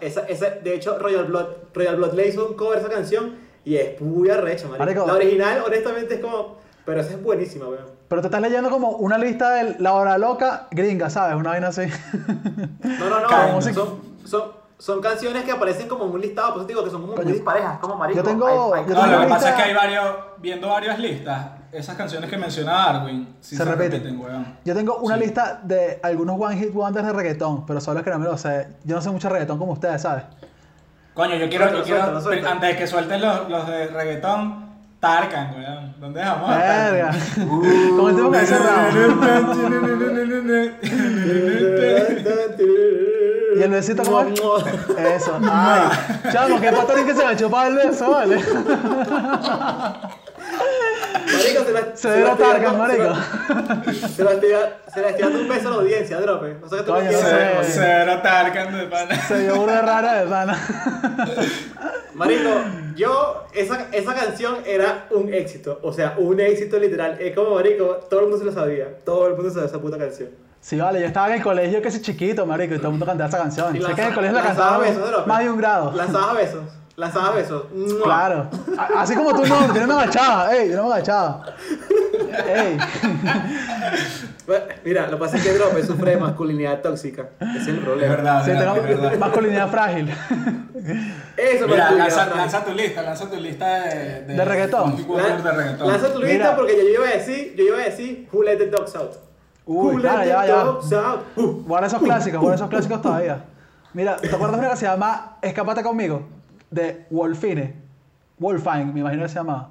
Speaker 1: Esa, esa, de hecho, Royal Blood, Royal Blood le hizo un cover a esa canción y es muy arrecha, marico.
Speaker 3: Marico.
Speaker 1: La original, honestamente, es como... Pero esa es buenísima, weón.
Speaker 3: Pero te estás leyendo como una lista de la hora loca gringa, ¿sabes? Una vaina así.
Speaker 1: No, no, no.
Speaker 2: Cada
Speaker 1: son,
Speaker 2: música.
Speaker 1: son, son canciones que aparecen como en un listado, por eso digo que son como
Speaker 3: Coño.
Speaker 1: muy
Speaker 4: Mis parejas, como marico.
Speaker 3: Yo tengo-
Speaker 4: Hay- hay-
Speaker 3: yo
Speaker 2: No,
Speaker 3: tengo
Speaker 2: Ah, lo que
Speaker 3: una
Speaker 2: pasa es
Speaker 3: lista-
Speaker 2: que hay varios, viendo varias listas, esas canciones que menciona Darwin, sí
Speaker 3: Se
Speaker 2: se,
Speaker 3: repiten.
Speaker 2: repiten. weón.
Speaker 3: Yo tengo una
Speaker 2: Sí.
Speaker 3: lista de algunos One Hit Wonders de reggaetón, pero solo es que no me lo sé. Yo no sé mucho reggaetón como ustedes, ¿sabes?
Speaker 2: Coño, yo quiero,
Speaker 1: Suéltalo,
Speaker 2: yo quiero
Speaker 1: suéltalo, suéltalo.
Speaker 2: antes de que suelten los, los de reggaetón, Tarkan, weón. ¿Dónde
Speaker 1: Ah,
Speaker 2: dejamos a
Speaker 3: Verga.
Speaker 2: Tarkan?
Speaker 1: Uh,
Speaker 3: Con el tema que dice Raúl. Y el besito como
Speaker 1: como...
Speaker 3: él. Eso. Ay. Chamo, qué patorín que se me chupaba el beso, ¿vale?
Speaker 1: Marico, se la,
Speaker 3: Se ve
Speaker 1: la
Speaker 3: la
Speaker 1: estoy
Speaker 3: targa,
Speaker 1: dando-
Speaker 3: marico.
Speaker 1: Se la, se la estoy da- se la estoy dando un beso a la audiencia, drope. O sea que tú no
Speaker 3: Coño,
Speaker 1: quieres-
Speaker 3: se-
Speaker 2: Cero- Cero Tarkan de pana.
Speaker 3: Se vio burda rara de pana.
Speaker 1: Marico, yo, esa, esa canción era un éxito. O sea, un éxito literal. Es como, marico, todo el mundo se lo sabía. Todo el mundo sabía esa puta canción.
Speaker 3: Sí, vale, yo estaba en el colegio que soy chiquito, marico, y todo el mundo cantaba esa canción.
Speaker 1: Y
Speaker 3: sé que en el
Speaker 1: lanza-
Speaker 3: colegio la
Speaker 1: lanzaba
Speaker 3: cantaba
Speaker 1: besos, drope.
Speaker 3: más de un grado.
Speaker 1: Lanzaba besos. Lanzaba besos. ¡Mua!
Speaker 3: Claro. A- Así como tú no, tienes una agachada, ey, tienes una agachada. Ey.
Speaker 1: Bueno, Mira, lo que pasa es que Drope sufre de masculinidad tóxica. Ese Es el
Speaker 2: Es
Speaker 1: problema.
Speaker 2: verdad,
Speaker 3: Sí,
Speaker 2: es verdad, es
Speaker 3: tengo
Speaker 2: verdad.
Speaker 3: masculinidad frágil.
Speaker 1: Eso es
Speaker 2: Mira,
Speaker 1: masculinidad
Speaker 2: lanza,
Speaker 1: frágil.
Speaker 2: lanza tu lista, lanza tu lista de...
Speaker 3: ¿De reggaetón?
Speaker 2: Funky
Speaker 1: La-
Speaker 2: Wonder de reggaetón.
Speaker 1: Lanza tu lista
Speaker 3: Mira.
Speaker 1: porque yo iba a decir, yo iba a decir Who Let the Dogs Out.
Speaker 3: Uy,
Speaker 1: Who
Speaker 3: claro,
Speaker 1: Let
Speaker 3: ya,
Speaker 1: the
Speaker 3: ya.
Speaker 1: Dogs Out. Uh,
Speaker 3: Guarda esos clásicos, guarda esos clásicos todavía. Mira, ¿te acuerdas de una que se llama Escápate conmigo? De Wolfine. Wolfine, me imagino que se llamaba.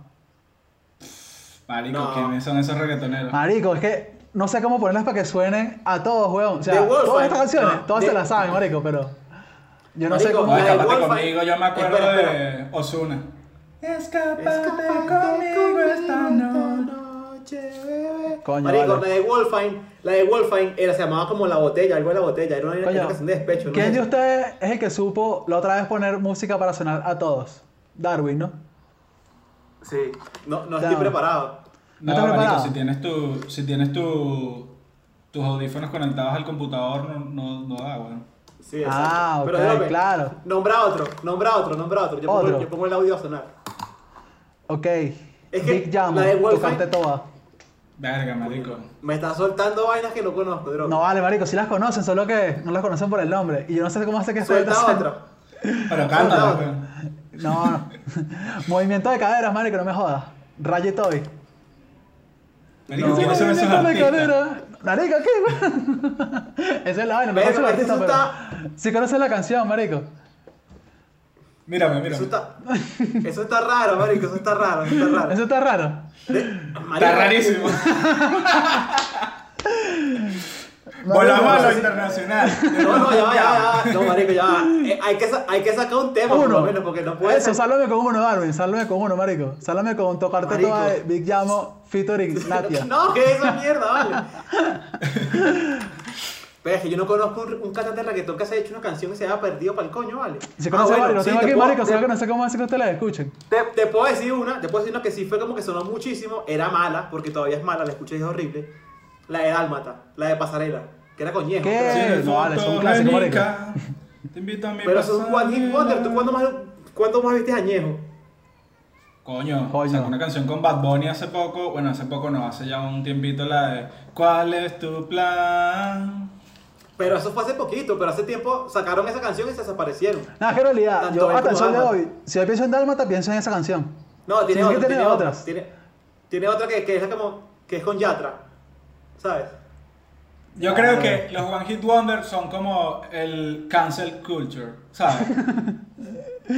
Speaker 2: Marico,
Speaker 1: No.
Speaker 2: ¿quiénes son esos
Speaker 3: Ah,
Speaker 2: reggaetoneros?
Speaker 3: Marico, es que no sé cómo ponerlas para que suenen a todos, weón. O
Speaker 1: The
Speaker 3: sea,
Speaker 1: Wolfine.
Speaker 3: todas estas canciones,
Speaker 1: No,
Speaker 3: todas
Speaker 1: de-
Speaker 3: se las saben, marico, pero... Yo no sé
Speaker 1: Marico,
Speaker 3: cómo...
Speaker 2: No,
Speaker 1: La de
Speaker 2: escápate
Speaker 1: Wolfine.
Speaker 2: conmigo, yo me acuerdo
Speaker 1: Espera,
Speaker 2: de Osuna. Escápate,
Speaker 3: Coño,
Speaker 1: Marico,
Speaker 3: vale.
Speaker 1: la de Wolfine, la de Wolfine era, se llamaba como la botella, algo de la botella, era una, era una
Speaker 3: Coño,
Speaker 1: canción de despecho. ¿no?
Speaker 3: ¿Quién de ustedes es el que supo la otra vez poner música para sonar a todos? Darwin, ¿no?
Speaker 4: Sí.
Speaker 1: No, no estoy
Speaker 3: No.
Speaker 1: preparado.
Speaker 3: ¿No
Speaker 2: No,
Speaker 3: te
Speaker 2: marico,
Speaker 3: preparado?
Speaker 2: si tienes, tu, si tienes tu, tus audífonos conectados al computador, no, no, no da, weón.
Speaker 1: Sí, exacto.
Speaker 3: Ah,
Speaker 1: Pero
Speaker 3: ok,
Speaker 1: Drope,
Speaker 3: claro.
Speaker 1: Nombra otro, nombra otro, nombra otro. Yo,
Speaker 3: Otro.
Speaker 1: Pongo, yo pongo el audio a sonar.
Speaker 3: Ok.
Speaker 1: Es que
Speaker 3: Big Jam,
Speaker 1: la de Wolfine-
Speaker 3: tocarte toda.
Speaker 2: Verga, marico.
Speaker 1: Me está soltando vainas que no conozco, Drope.
Speaker 3: No vale, marico, si las conocen, solo que no las conocen por el nombre. Y yo no sé cómo hace que
Speaker 1: Suelta
Speaker 3: sueltas-
Speaker 1: otra.
Speaker 2: Pero cántalo, weón.
Speaker 3: No, no. Movimiento de caderas, marico, no me jodas. Rayo y Toby.
Speaker 2: Marico, ¿quiénes son esos
Speaker 3: Movimiento de
Speaker 2: artistas?
Speaker 3: cadera. Marico, ¿qué? Esa es la vaina, no
Speaker 1: Pero
Speaker 3: conozco el
Speaker 1: es que
Speaker 3: artista,
Speaker 1: eso
Speaker 3: pero...
Speaker 1: está-
Speaker 3: Sí conoces la canción, marico.
Speaker 2: Mírame,
Speaker 1: Eso
Speaker 2: mírame.
Speaker 1: está, eso está raro, marico, eso está raro, eso está raro.
Speaker 3: Eso está raro.
Speaker 1: Marico,
Speaker 2: Está rarísimo. Volvamos a lo internacional.
Speaker 1: No, no, ya va, ya va, ya va. No, marico, ya va. Eh, hay, que, sa- hay que sacar un tema, por lo
Speaker 3: Uno.
Speaker 1: menos, porque no puede
Speaker 3: Eso,
Speaker 1: ser.
Speaker 3: sálvame con uno, Darwin. Sálvame con uno, marico. Sálvame con tocarte
Speaker 1: Marico.
Speaker 3: toda de Big Llamo featuring Natia.
Speaker 1: No, que eso es mierda, vale. Pero es que yo no conozco un, un cantante de reggaetón que se haya hecho una canción que se haya perdido para el coño, vale. Ah,
Speaker 3: Si conoces varios, los
Speaker 1: sí,
Speaker 3: tengo
Speaker 1: te
Speaker 3: aquí,
Speaker 1: puedo-
Speaker 3: marico.
Speaker 1: te-
Speaker 3: Solo que no sé cómo hacer que ustedes la escuchen.
Speaker 1: Te, te puedo decir una, te puedo decir una que sí fue como que sonó muchísimo, era mala, porque todavía es mala, la escuché y es horrible. La de Dálmata, la de Pasarela, que era coñejo.
Speaker 3: ¿Qué?
Speaker 1: pero-
Speaker 3: Eh, no, vale, es un clásico, marico.
Speaker 2: Verónica, Te invito a mi
Speaker 1: Pero eso es un
Speaker 2: pasarela.
Speaker 1: One Hit Wonder, ¿tú cuándo más, cuándo más viste añejo?
Speaker 2: Coño,
Speaker 3: Coño.
Speaker 2: sacó una canción con Bad Bunny hace poco, bueno, hace poco no, hace ya un tiempito la de ¿Cuál es tu plan?
Speaker 1: Pero eso fue hace poquito, pero hace tiempo sacaron esa canción y se desaparecieron.
Speaker 3: Nada, que en realidad,
Speaker 1: Tanto
Speaker 3: yo
Speaker 1: él
Speaker 3: hasta el
Speaker 1: como
Speaker 3: sol de
Speaker 1: Dálmata.
Speaker 3: hoy, si yo pienso en Dálmata, pienso en esa canción.
Speaker 1: No, tiene,
Speaker 3: Sí,
Speaker 1: otra,
Speaker 3: que tiene
Speaker 1: tiene otra,
Speaker 3: otras.
Speaker 1: Tiene, tiene otra que, que es como que es con Yatra. ¿Sabes?
Speaker 2: Yo creo que los One Hit Wonder son como el cancel culture, ¿sabes?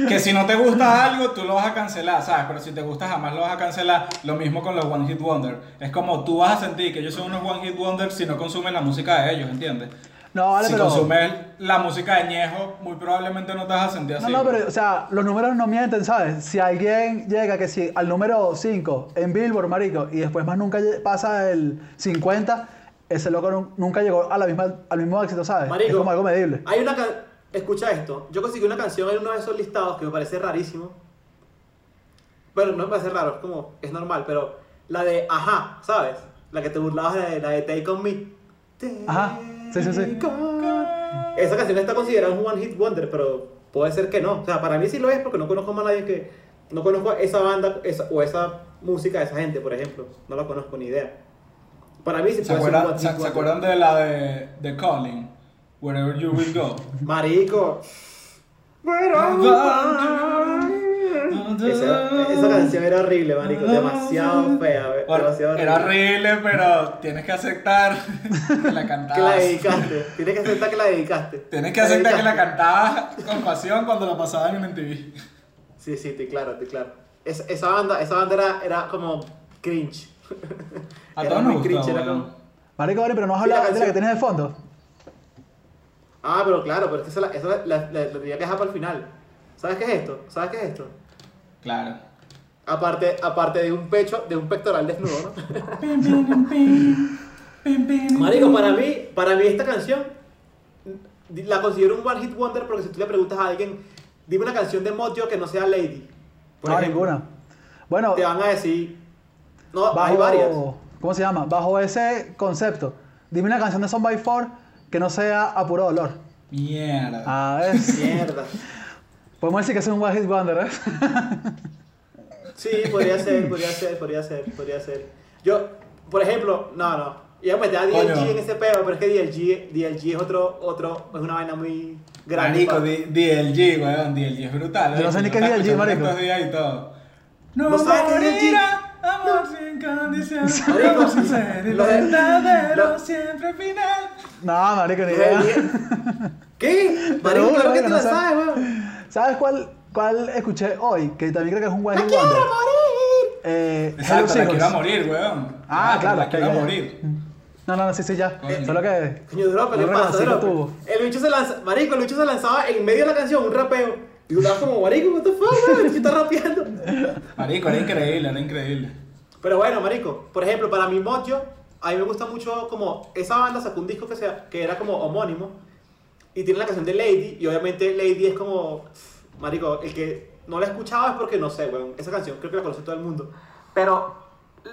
Speaker 2: que si no te gusta algo, tú lo vas a cancelar, ¿sabes? Pero si te gusta, jamás lo vas a cancelar. Lo mismo con los One Hit Wonder. Es como tú vas a sentir que ellos son unos One Hit Wonder si no consumen la música de ellos, ¿entiendes?
Speaker 3: No, Ah, vale,
Speaker 2: si
Speaker 3: pero.
Speaker 2: consumes la música de Ñejo, muy probablemente no te vas a sentir
Speaker 3: No,
Speaker 2: así.
Speaker 3: no, pero, o sea, los números no mienten, ¿sabes? Si alguien llega que si al número 5 en Billboard, marico, y después más nunca lle- pasa el 50, ese loco nu- nunca llegó a la misma, al mismo éxito, ¿sabes?
Speaker 1: Marico,
Speaker 3: es como algo medible.
Speaker 1: Hay una can- Escucha esto. Yo conseguí una canción en uno de esos listados que me parece rarísimo. Bueno, no me parece raro, es como, es normal, pero la de Ajá, ¿sabes? La que te burlabas de la de Take On Me.
Speaker 3: Ajá, sí, sí, sí.
Speaker 1: Take on- Esa canción está considerada un One Hit Wonder, pero puede ser que no. O sea, para mí sí lo es porque no conozco más nadie que. No conozco esa banda esa- o esa música de esa gente, por ejemplo. No la conozco ni idea. Para mí sí
Speaker 2: ¿Se
Speaker 1: puede ser un One
Speaker 2: acuerdan,
Speaker 1: Hit
Speaker 2: se- se
Speaker 1: Wonder.
Speaker 2: acuerdan de la de, de Calling? Wherever you will go.
Speaker 1: Marico. Esa, esa canción era horrible, marico. Demasiado fea, ve-
Speaker 2: Bueno,
Speaker 1: demasiado horrible.
Speaker 2: era horrible, pero tienes que aceptar que la
Speaker 1: Que la
Speaker 2: cantabas.
Speaker 1: dedicaste. Tienes que aceptar que la dedicaste.
Speaker 2: Tienes que aceptar que la
Speaker 1: dedicaste.
Speaker 2: cantabas con pasión cuando la pasaban en MTV.
Speaker 1: Sí, sí, estoy claro, estoy claro. Es- esa banda, esa banda era, era como cringe.
Speaker 2: A
Speaker 1: Era
Speaker 2: todos
Speaker 1: muy
Speaker 2: nos gustó.
Speaker 1: era
Speaker 2: weón.
Speaker 1: como-
Speaker 3: Marico, vale, pero no has
Speaker 1: Sí,
Speaker 3: hablado
Speaker 1: la
Speaker 3: de la que
Speaker 1: canción.
Speaker 3: tienes de fondo.
Speaker 1: Ah, pero claro, pero es que esa, la- esa la, la, la- la tenía que dejar para el final. ¿Sabes qué es esto? ¿Sabes qué es esto?
Speaker 2: Claro.
Speaker 1: Aparte, aparte de un pecho, de un pectoral desnudo, ¿no? Marico, para mí, para mí esta canción la considero un one hit wonder porque si tú le preguntas a alguien, dime una canción de Motio que no sea Lady. Por
Speaker 3: no,
Speaker 1: ejemplo,
Speaker 3: ninguna. Bueno,
Speaker 1: Te van a decir, no,
Speaker 3: bajo,
Speaker 1: hay varias.
Speaker 3: ¿Cómo se llama? Bajo ese concepto, dime una canción de Son by Four que no sea a puro dolor.
Speaker 2: Mierda.
Speaker 3: A ver,
Speaker 1: Mierda.
Speaker 3: podemos decir que es un One Hit Wonder, ¿eh?
Speaker 1: Sí, podría ser, podría ser, podría ser, podría ser. Yo, por ejemplo, no, no. Iba a meter a DLG
Speaker 2: Coño.
Speaker 1: en ese pedo, pero es que DLG, DLG es otro, otro, es una vaina muy grande.
Speaker 2: Marico,
Speaker 1: pa-
Speaker 2: D- DLG, weón, DLG es brutal. ¿eh?
Speaker 3: Yo no sé
Speaker 2: weón,
Speaker 3: ni qué
Speaker 2: lo
Speaker 3: es
Speaker 2: estaba escuchando
Speaker 3: DLG, marico.
Speaker 2: Estos días y todo.
Speaker 1: ¿No sabes qué es DLG?
Speaker 2: morirá, amor sin condición,
Speaker 1: Marico,
Speaker 2: amor sincero y
Speaker 1: lo de-
Speaker 2: verdadero,
Speaker 1: lo-
Speaker 2: siempre final.
Speaker 3: No, marico, ni idea.
Speaker 1: DLG. ¿Qué? Marico,
Speaker 3: juro,
Speaker 1: claro que
Speaker 3: marico,
Speaker 1: te
Speaker 3: no
Speaker 1: la
Speaker 3: sé.
Speaker 1: sabes, weón.
Speaker 3: ¿Sabes cuál, cuál escuché hoy? Que también creo que es un One Hit
Speaker 1: quiero
Speaker 3: Wonder.
Speaker 1: morir!
Speaker 3: Eh, Hello
Speaker 2: Exacto, la
Speaker 3: Seahorse.
Speaker 2: quiero a morir, weón.
Speaker 3: Ah, claro,
Speaker 2: La
Speaker 3: ok,
Speaker 2: quiero a
Speaker 3: ya, ya.
Speaker 2: morir.
Speaker 3: No, no, no, sí, sí, ya.
Speaker 2: Coño.
Speaker 3: Solo que.
Speaker 1: Coño, Dropa, ¿qué
Speaker 3: No
Speaker 1: pasa,
Speaker 3: reconocido
Speaker 1: Dropa?
Speaker 3: tuvo.
Speaker 1: El bicho se lanza, marico, el bicho se lanzaba en medio de la canción, un rapeo. Y tú estabas como, marico, what the fuck, weón? el bicho está rapeando.
Speaker 2: Marico, era increíble, era increíble.
Speaker 1: Pero bueno, marico, por ejemplo, para mi Mojo, a mí me gusta mucho como, esa banda sacó un disco que, sea, que era como homónimo. Y tiene la canción de Lady, y obviamente Lady es como, marico, el que no la escuchaba es porque no sé, weón. Esa canción creo que la conoce todo el mundo.
Speaker 4: Pero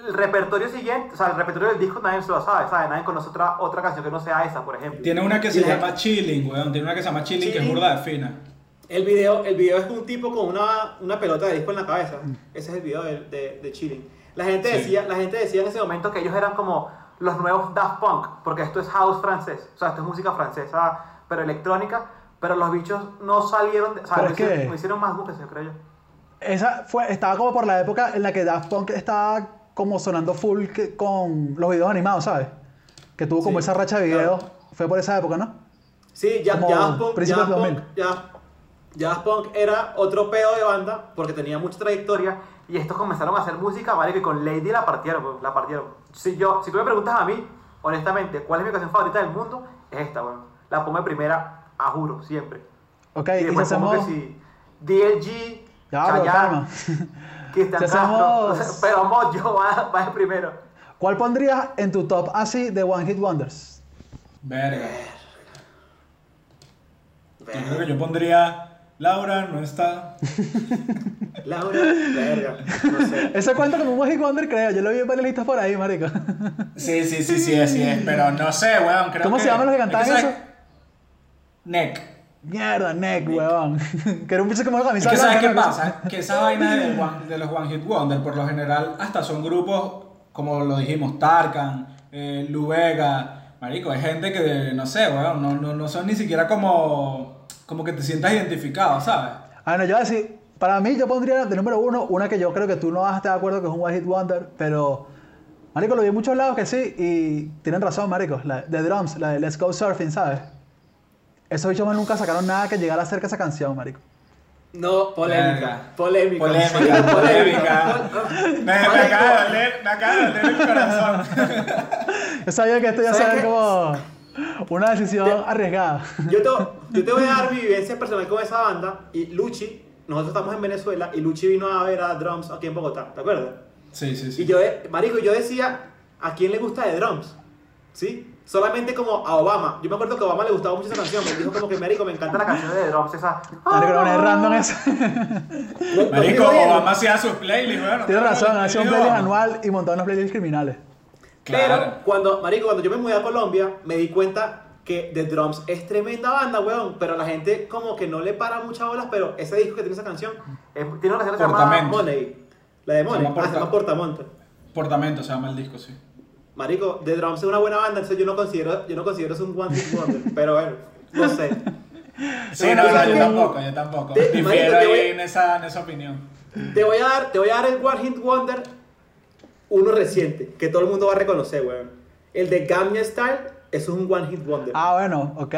Speaker 4: el repertorio siguiente, o sea, el repertorio del disco nadie se lo sabe, ¿sabes? Nadie conoce otra, otra canción que no sea esa, por ejemplo.
Speaker 2: Tiene una que se
Speaker 1: Y la-
Speaker 2: llama Chilling, weón. Tiene una que se llama Chilling, que es
Speaker 1: Chilling.
Speaker 2: burda de fina.
Speaker 1: El video, el video es un tipo con una, una pelota de disco en la cabeza.
Speaker 3: Mm.
Speaker 1: Ese es el video de, de, de Chilling. La gente,
Speaker 2: Sí.
Speaker 1: decía, la gente decía en ese momento
Speaker 4: momento que ellos eran como los nuevos Daft Punk, porque esto es house francés, o sea, esto es música francesa, pero electrónica, pero los bichos no salieron, de, o sea,
Speaker 3: ¿Pero
Speaker 4: no
Speaker 3: es que?
Speaker 4: hicieron, no hicieron más buques, yo creo yo.
Speaker 3: Esa fue, estaba como por la época en la que Daft Punk estaba como sonando full que- con los videos animados, ¿sabes? Que tuvo como
Speaker 1: Sí,
Speaker 3: esa racha de
Speaker 1: claro.
Speaker 3: videos. Fue por esa época, ¿no?
Speaker 1: Sí, ya,
Speaker 3: Como
Speaker 1: ya Daft Punk, ya
Speaker 3: principios
Speaker 1: Daft Punk,
Speaker 3: 2000.
Speaker 1: ya, ya Daft Punk era otro pedo de banda porque tenía mucha trayectoria.
Speaker 4: Historia, Y estos comenzaron a hacer música, ¿vale? Que con Lady la partieron, pues, la partieron. Si, yo, si tú me preguntas a mí, honestamente, ¿cuál es mi canción favorita del mundo? Es esta, bueno. La pongo de primera, a juro, siempre.
Speaker 3: Ok,
Speaker 4: Y
Speaker 3: y, si
Speaker 4: después como
Speaker 3: hacemos.
Speaker 4: que si DLG,
Speaker 3: Ya,
Speaker 4: Chayanne,
Speaker 3: pero calma.
Speaker 4: Cristian
Speaker 3: Si
Speaker 4: Castro,
Speaker 3: hacemos-
Speaker 4: pero vamos, yo va, va de primero.
Speaker 3: ¿Cuál pondrías en tu top así de One Hit Wonders?
Speaker 2: Verga. Yo creo que yo pondría Laura no está.
Speaker 1: Laura, verga, no sé.
Speaker 3: Ese cuenta como un One Hit Wonder, creo. Yo lo vi en varias listas por ahí, marico.
Speaker 2: Sí, sí, sí, sí, es, sí, es. Pero no sé, weón. Creo
Speaker 3: ¿Cómo
Speaker 2: que-
Speaker 3: se llaman los que cantaban
Speaker 2: es que,
Speaker 3: eso?
Speaker 2: ¿sabes? Neck.
Speaker 3: Mierda, Nick, huevón. que era un bicho como una
Speaker 2: Es
Speaker 3: camisa
Speaker 2: que
Speaker 3: blanca,
Speaker 2: sabes qué
Speaker 3: ¿no?
Speaker 2: pasa, que esa vaina de, one- de los One Hit Wonder, por lo general, hasta son grupos, como lo dijimos, Tarkan, eh, Lubega, Marico, hay gente que, no sé, weón, no, no, no son ni siquiera como, como que te sientas identificado, ¿sabes?
Speaker 3: Ah, no, yo voy a decir, para mí yo pondría de número uno una que yo creo que tú no vas a estar de acuerdo que es un One Hit Wonder, pero Marico, lo vi en muchos lados que sí y tienen razón, Marico, la de Drums, la de Let's Go Surfing, ¿sabes? Esos bichos más nunca sacaron nada que llegara a cerca de esa canción, Marico.
Speaker 1: No, polémica.
Speaker 2: Verga.
Speaker 1: Polémica.
Speaker 2: Polémica, polémica. Me, me acaba de
Speaker 1: Marico,
Speaker 2: doler, me acaba de doler el corazón.
Speaker 3: Yo sabía que esto ya
Speaker 1: ¿Sabes
Speaker 3: era
Speaker 1: qué?
Speaker 3: como una decisión
Speaker 1: Te-
Speaker 3: arriesgada.
Speaker 1: Yo te, yo te voy a dar mi vivencia personal con esa banda y Luchi, nosotros estamos en Venezuela y Luchi vino a ver a Drums aquí en Bogotá, ¿te acuerdas?
Speaker 2: Sí, sí,
Speaker 1: Y
Speaker 2: sí.
Speaker 1: yo, de- marico, yo decía, ¿a quién le gusta de drums? ¿Sí? Solamente como a Obama. Yo me acuerdo que a Obama le gustaba mucho esa canción. Me dijo como que, marico, me encanta
Speaker 4: Canta la
Speaker 1: la
Speaker 4: canción
Speaker 1: canción.
Speaker 4: de Drums, esa.
Speaker 3: Marico, no es random eso.
Speaker 1: Lo- lo
Speaker 2: Marico,
Speaker 1: digo bien,
Speaker 2: Obama hacía sus playlists, weón.
Speaker 3: Tienes razón, hacía un playlist
Speaker 2: Obama.
Speaker 3: anual y montaba unos playlists criminales.
Speaker 1: Pero
Speaker 2: Claro.
Speaker 1: cuando, marico, cuando yo me mudé a Colombia, me di cuenta que The Drums es tremenda banda, weón. Pero la gente como que no le para muchas bolas, pero ese disco que tiene esa canción,
Speaker 4: eh, tiene una canción llamada.
Speaker 2: Portamento.
Speaker 1: Money, la de Money,
Speaker 2: llama
Speaker 1: ah, se llama Portamonte.
Speaker 2: Portamento se llama el disco, sí.
Speaker 1: Marico, The Drums es una buena banda, entonces yo no considero, yo no considero eso un one hit wonder, pero bueno, no sé.
Speaker 2: Sí, no,
Speaker 1: Pero
Speaker 2: no,
Speaker 1: es
Speaker 2: yo
Speaker 1: que-
Speaker 2: tampoco, yo tampoco.
Speaker 1: Te- marico,
Speaker 2: Difiero
Speaker 1: te voy-
Speaker 2: ahí en esa, en esa opinión.
Speaker 1: Te voy a dar, te voy a dar el One Hit Wonder, uno reciente, que todo el mundo va a reconocer, weón. El de Gamma Style, eso es un One Hit Wonder.
Speaker 3: Ah, bueno, ok.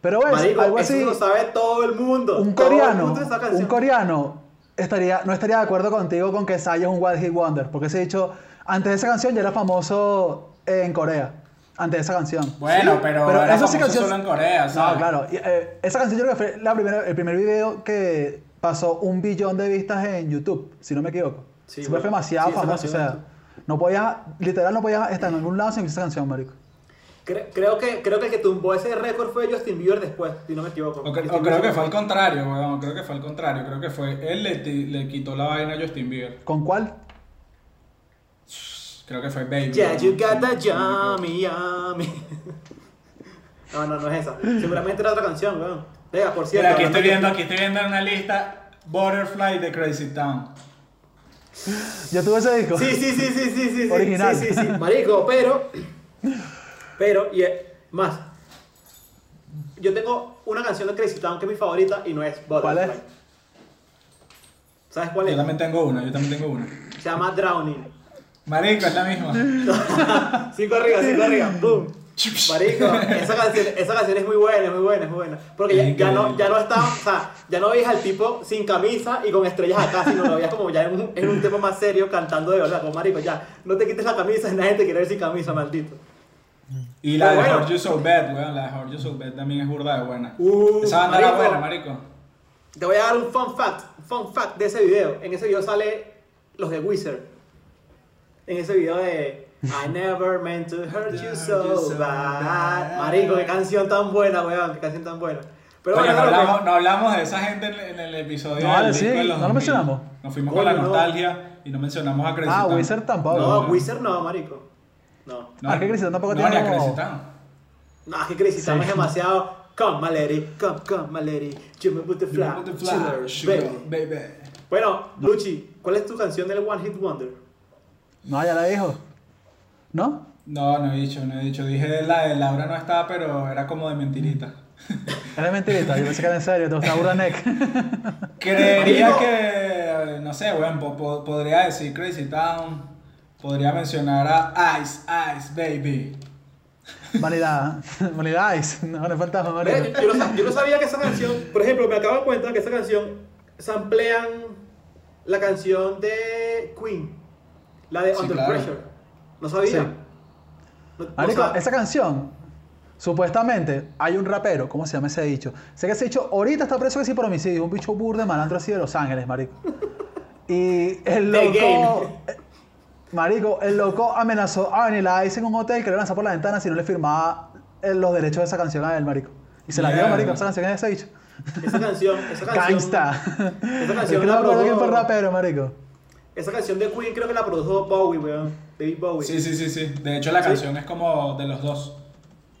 Speaker 3: Pero bueno,
Speaker 1: Marico,
Speaker 3: Pues, algo
Speaker 1: eso
Speaker 3: así.
Speaker 1: lo sabe todo el mundo.
Speaker 3: un
Speaker 1: Todo el
Speaker 3: coreano,
Speaker 1: mundo esa
Speaker 3: un
Speaker 1: canción.
Speaker 3: coreano estaría, no estaría de acuerdo contigo con que Sai es un Wild Hit Wonder, porque se ha dicho, antes de esa canción ya era famoso en Corea, antes de esa canción.
Speaker 2: Bueno, pero,
Speaker 3: Pero
Speaker 2: era
Speaker 3: esa
Speaker 2: famoso
Speaker 3: sí canción-
Speaker 2: solo en Corea, ¿sabes?
Speaker 3: No, claro, y, eh, esa canción yo creo que fue la primera, el primer video que pasó un billón de vistas en YouTube, si no me equivoco.
Speaker 1: Sí,
Speaker 3: Sí, fue
Speaker 1: bueno.
Speaker 3: demasiado
Speaker 1: Sí, eso
Speaker 3: famoso, o
Speaker 1: nació en
Speaker 3: sea, no podías, literal no podías estar en algún lado sin esa canción, marico.
Speaker 1: Cre- creo, que, creo que el que tumbó ese récord fue Justin Bieber después, si no me equivoco.
Speaker 2: O, cre-
Speaker 1: Justin
Speaker 2: o creo
Speaker 1: Bieber
Speaker 2: que fue al contrario, weón. Creo que fue al contrario. Creo que fue. Él le, ti- le quitó la vaina a Justin Bieber.
Speaker 3: ¿Con cuál?
Speaker 2: Creo que fue Baby.
Speaker 1: Yeah,
Speaker 2: weón.
Speaker 1: you got that yummy, yummy. No, no, no es esa. Seguramente era otra canción, weón. Venga, por cierto.
Speaker 2: Mira, aquí
Speaker 1: hablando
Speaker 2: estoy
Speaker 1: de-
Speaker 2: viendo, aquí estoy viendo en una lista Butterfly de Crazy Town.
Speaker 3: Yo tuve ese disco.
Speaker 1: Sí, sí, sí, sí, sí, sí. sí,
Speaker 3: Original.
Speaker 1: Sí, sí, sí. Marico, pero. Pero, y eh, más. Yo tengo una canción de Crazy Town que es mi favorita y no es Butterfly.
Speaker 3: ¿Cuál es?
Speaker 1: ¿Sabes cuál
Speaker 2: Yo
Speaker 1: es?
Speaker 2: también tengo una, yo también tengo una.
Speaker 1: Se llama Drowning.
Speaker 2: Marico, es la misma.
Speaker 1: Cinco arriba, cinco arriba. ¡Pum! Marico, esa canción, esa canción es muy buena, es muy buena, es muy buena. Porque ya, ya no, ya no está, o sea, ya no veías al tipo sin camisa y con estrellas acá, sino lo veías como ya en un, en un tema más serio cantando de verdad. Como marico, ya, no te quites la camisa, nadie te quiere ver sin camisa, maldito.
Speaker 2: Y la de
Speaker 1: Pero bueno.
Speaker 2: Hurt You So Bad, weón. La de Hurt You So Bad también es burda de buena.
Speaker 1: Uh,
Speaker 2: Esa banda era
Speaker 1: marico.
Speaker 2: buena, marico.
Speaker 1: Te voy a dar un fun fact, fun fact de ese video. En ese video sale los de Wizard. En ese video de I never meant to hurt you so bad. Marico, qué canción tan buena, weón, qué canción tan buena. Pero
Speaker 2: Coño,
Speaker 1: bueno,
Speaker 2: no,
Speaker 1: claro,
Speaker 2: hablamos, no hablamos de esa gente en, en el episodio. del
Speaker 3: No, vale,
Speaker 2: disco
Speaker 3: sí,
Speaker 2: de los
Speaker 3: no
Speaker 2: 2000.
Speaker 3: lo mencionamos.
Speaker 2: Nos fuimos
Speaker 1: Coño,
Speaker 2: con la
Speaker 1: no.
Speaker 2: nostalgia y no mencionamos a Crazy
Speaker 3: ah,
Speaker 2: Town.
Speaker 3: Wizard tampoco.
Speaker 1: No,
Speaker 2: no.
Speaker 1: Wizard no, marico. No.
Speaker 3: Ah, que Crazy Town tampoco
Speaker 2: no,
Speaker 3: tiene
Speaker 2: ni a Crazy
Speaker 3: como-
Speaker 2: Town.
Speaker 1: No, es que Crazy Town
Speaker 3: Sí.
Speaker 1: es demasiado. Come, my lady, come, come, my lady. You me put the fly, sugar, baby. Bueno, Luchi, ¿cuál es tu canción del One Hit Wonder?
Speaker 3: No, ya la dijo. ¿No?
Speaker 2: No, no he dicho, no he dicho. Dije la de Laura no está, pero era como de mentirita.
Speaker 3: Era mentirita, yo pensé que era en serio, te gustaba Uranek.
Speaker 2: Creería
Speaker 1: Marico.
Speaker 2: que, no sé, weón, po- po- podría decir Crazy Town. Podría mencionar a Ice, Ice, Baby.
Speaker 3: Vanidad, Vanidad Ice, no, no falta
Speaker 1: Ve,
Speaker 3: memoria.
Speaker 1: Yo, no, sab- yo no sabía que esa canción, por ejemplo, me acabo de dar cuenta que esa canción samplean la canción de Queen, la de
Speaker 2: Sí,
Speaker 1: Under
Speaker 2: claro.
Speaker 1: Pressure. No sabía.
Speaker 3: Sí.
Speaker 1: No- no
Speaker 3: Marico,
Speaker 1: sab-
Speaker 3: esa canción, supuestamente hay un rapero, ¿cómo se llama ese dicho? Sé que ese dicho ahorita está preso que sí por homicidio, un bicho burde malandro así de Los Ángeles, marico. Y el
Speaker 1: The
Speaker 3: loco,
Speaker 1: Game.
Speaker 3: eh, marico, el loco amenazó a Vanilla Ice en un hotel que lo lanzó por la ventana si no le firmaba eh, los derechos de esa canción a él, marico. Y se la dio,
Speaker 2: Mierda.
Speaker 3: marico, esa canción es ese dicho.
Speaker 1: esa canción, esa canción.
Speaker 3: Gangsta.
Speaker 1: Esa
Speaker 3: Es
Speaker 1: canción
Speaker 3: que no me
Speaker 1: la
Speaker 3: acuerdo quién fue el
Speaker 1: produjo-
Speaker 3: rapero, marico.
Speaker 1: Esa canción de Queen creo que la produjo Bowie, weón. David Bowie.
Speaker 2: Sí, sí, sí, sí. De hecho, la canción es como de los dos.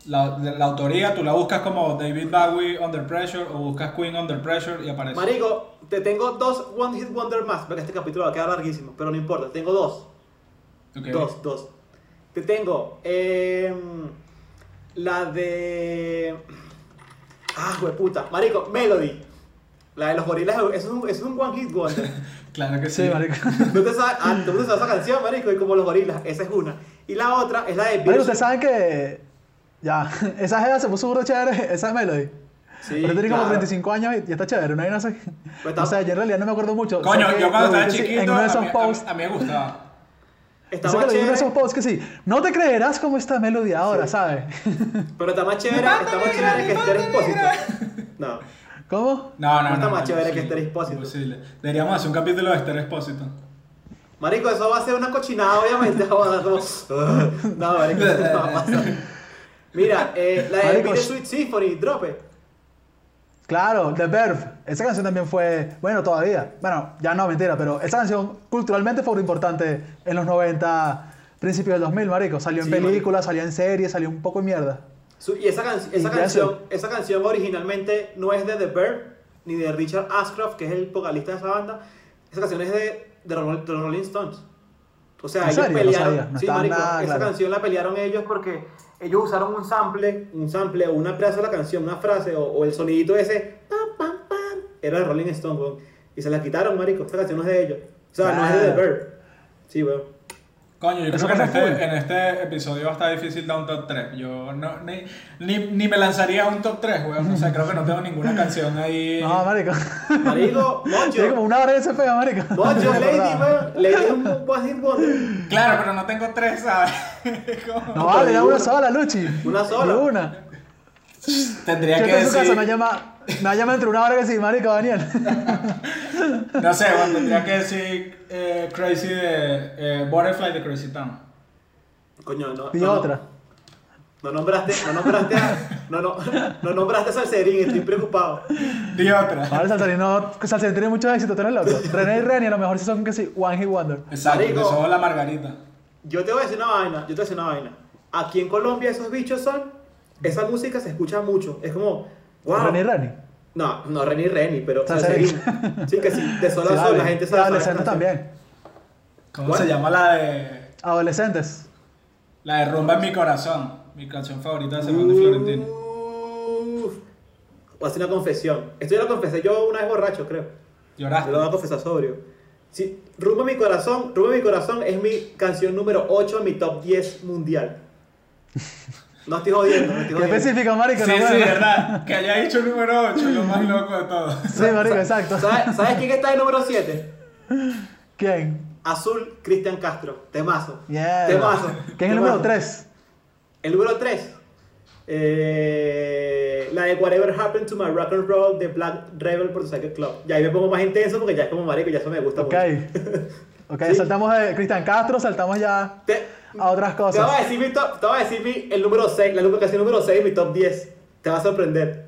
Speaker 2: La, de- la autoría tú la buscas como David Bowie Under Pressure o buscas Queen Under Pressure y aparece.
Speaker 1: Marico, te tengo dos One Hit Wonder más, porque este capítulo va a quedar larguísimo, pero no importa, tengo dos.
Speaker 2: Ok.
Speaker 1: Dos, dos. Te tengo. em, La de. Ah, puta. Marico, Melody. La de los gorilas, eso es un, eso es un one hit wonder.
Speaker 2: Claro que sí.
Speaker 3: Sí, marico.
Speaker 1: No te sabes, ah, tú no te sabes esa canción, marico, y como los gorilas, esa es una. Y la otra es la de
Speaker 3: Marico, ustedes saben que... Ya, esa jeva se puso burda chévere, esa es Melody.
Speaker 1: Sí,
Speaker 3: Pero tiene como
Speaker 1: claro. Pues
Speaker 3: 35 años y, y está chévere, una vaina así.
Speaker 1: está-
Speaker 3: O sea, yo en realidad no me acuerdo mucho.
Speaker 2: Coño,
Speaker 3: Sé que
Speaker 2: yo cuando
Speaker 3: lo
Speaker 2: estaba
Speaker 3: vi que sí,
Speaker 2: chiquito,
Speaker 3: en uno
Speaker 2: a,
Speaker 3: de esos
Speaker 2: mí,
Speaker 3: posts,
Speaker 2: a- a mí me gustaba.
Speaker 1: Está
Speaker 3: sé que
Speaker 1: más
Speaker 3: lo vi en uno de
Speaker 1: chévere.
Speaker 3: esos posts que sí. No te creerás cómo está Melody ahora, ¿sabes?
Speaker 1: Pero está más chévere,
Speaker 2: Mi
Speaker 1: está
Speaker 2: pata
Speaker 1: más chévere que
Speaker 2: negra,
Speaker 1: Esther
Speaker 2: mi pata
Speaker 1: Expósito. No.
Speaker 3: ¿Cómo?
Speaker 2: No, no, no.
Speaker 1: No está más chévere que
Speaker 2: imposible,
Speaker 1: Esther Expósito.
Speaker 2: imposible. Deberíamos hacer un capítulo de Esther Expósito.
Speaker 1: Marico, eso va a ser una cochinada, obviamente. joda, como- no, marico, eso no va a pasar. Mira, eh, la de
Speaker 3: Marico,
Speaker 1: Bitter
Speaker 3: sh-
Speaker 1: Sweet Symphony, Drope.
Speaker 3: Claro, The Verve. Esa canción también fue, bueno, todavía. Bueno, ya no, mentira, pero esa canción culturalmente fue importante en los 90, principios del 2000, marico. Salió en
Speaker 1: Sí,
Speaker 3: películas, salió en series, salió un poco de mierda.
Speaker 1: Su- Y esa, can-
Speaker 3: Y
Speaker 1: esa,
Speaker 3: ya
Speaker 1: canción, esa canción originalmente no es de The Bird ni de Richard Ashcroft, que es el vocalista de esa banda. Esa canción es de, de, Rol- de los Rolling Stones. O sea,
Speaker 3: ¿En
Speaker 1: ellos
Speaker 3: serio? No
Speaker 1: pelearon.
Speaker 3: sabía, no
Speaker 1: sí,
Speaker 3: estaba
Speaker 1: marico,
Speaker 3: nada
Speaker 1: esa
Speaker 3: claro.
Speaker 1: canción la pelearon ellos porque ellos usaron un sample, un sample o una frase de la canción, una frase o, o el sonidito ese. Pam, pam, pam, era de Rolling Stones, weón. Y se la quitaron, marico. Esa canción no es de ellos. O sea, no es de The
Speaker 3: Claro.
Speaker 1: Bird. Sí, weón.
Speaker 2: Coño, yo
Speaker 3: Eso
Speaker 2: creo que en
Speaker 3: pasa full.
Speaker 2: este, en este episodio va a estar difícil dar un top 3. Yo no, ni, ni, ni me lanzaría un top 3, weón. O sea, creo que no tengo ninguna canción ahí.
Speaker 3: No, marico.
Speaker 1: Marico,
Speaker 3: Tiene como
Speaker 1: Mocho.
Speaker 3: una hora de ese feo, marico.
Speaker 1: Mocho,
Speaker 3: No me
Speaker 1: Lady,
Speaker 3: acordaba.
Speaker 1: weón. Lady es un one hit wonder.
Speaker 2: Claro, pero no tengo tres, ¿sabes? Como-
Speaker 3: No vale, da una
Speaker 1: Una.
Speaker 3: sola, Luchi.
Speaker 1: Una sola.
Speaker 3: Ni una.
Speaker 2: Tendría
Speaker 3: Yo
Speaker 2: que
Speaker 3: estoy en su casa,
Speaker 2: decir.
Speaker 3: me llama, me llama entre una hora que sí, marico, Daniel.
Speaker 2: No sé, weón, tendría que decir eh, Crazy de. eh, Butterfly de Crazy Town.
Speaker 1: Coño, no.
Speaker 3: Y
Speaker 1: no,
Speaker 3: otra.
Speaker 1: No, no nombraste, no nombraste a, no, no, no nombraste a Salserín, estoy preocupado.
Speaker 2: Di otra.
Speaker 3: Ahora Salsarín, no, Salsarín tiene mucho éxito, tú eres loco. René y Reni a lo mejor sí son que sí, One Hit Wonder.
Speaker 2: Exacto, que
Speaker 1: Marico.
Speaker 2: son la margarita.
Speaker 1: Yo te voy a decir una vaina, yo te voy a decir una vaina. Aquí en Colombia esos bichos son, esa música se escucha mucho, es como, wow.
Speaker 3: René y Reni.
Speaker 1: No, no Reni Reni, pero
Speaker 3: Salserín.
Speaker 1: Salserín. Sí, que sí, de solo
Speaker 3: Sí,
Speaker 1: a sol,
Speaker 3: vale.
Speaker 1: la gente
Speaker 3: Y
Speaker 1: sabe.
Speaker 3: Adolescentes
Speaker 1: sabe-
Speaker 3: también.
Speaker 2: ¿Cómo
Speaker 1: ¿Cuál?
Speaker 2: se llama la de.
Speaker 3: Adolescentes.
Speaker 2: La de Rumba en mi corazón? Mi canción favorita de Semana de Florentino.
Speaker 1: Uf. Voy a hacer una confesión. Esto yo lo confesé yo una vez borracho, creo. Te
Speaker 2: Lloraste.
Speaker 1: Ah, lo voy a confesar sobrio. Sí, Rumba mi corazón, Rumba mi corazón es mi canción número 8 en mi top 10 mundial. No estoy jodiendo, no estoy
Speaker 3: Qué
Speaker 1: jodiendo.
Speaker 3: específico, marico.
Speaker 2: Sí,
Speaker 3: no
Speaker 2: sí,
Speaker 3: puedo.
Speaker 2: verdad. Que haya dicho el número 8, lo más loco de todo.
Speaker 3: Sí, marico, exacto.
Speaker 1: ¿Sabes, sabes quién está en número 7?
Speaker 3: ¿Quién?
Speaker 1: Azul Cristian Castro, temazo.
Speaker 3: Yeah.
Speaker 1: Temazo.
Speaker 3: ¿Quién es el
Speaker 1: temazo.
Speaker 3: número 3?
Speaker 1: El número 3. Eh, la de Whatever Happened to My Rock and Roll de Black Rebel por Cycle Club. Y ahí me pongo más intenso porque ya es como marico, ya eso me gusta
Speaker 3: Ok.
Speaker 1: mucho.
Speaker 3: Ok,
Speaker 1: Sí.
Speaker 3: saltamos de Cristian Castro, saltamos ya
Speaker 1: Te-
Speaker 3: a otras
Speaker 1: Te voy a
Speaker 3: cosas.
Speaker 1: decir, mi top- te voy a decir mi- el número 6, la canción número 6 de mi top 10. Te va a sorprender.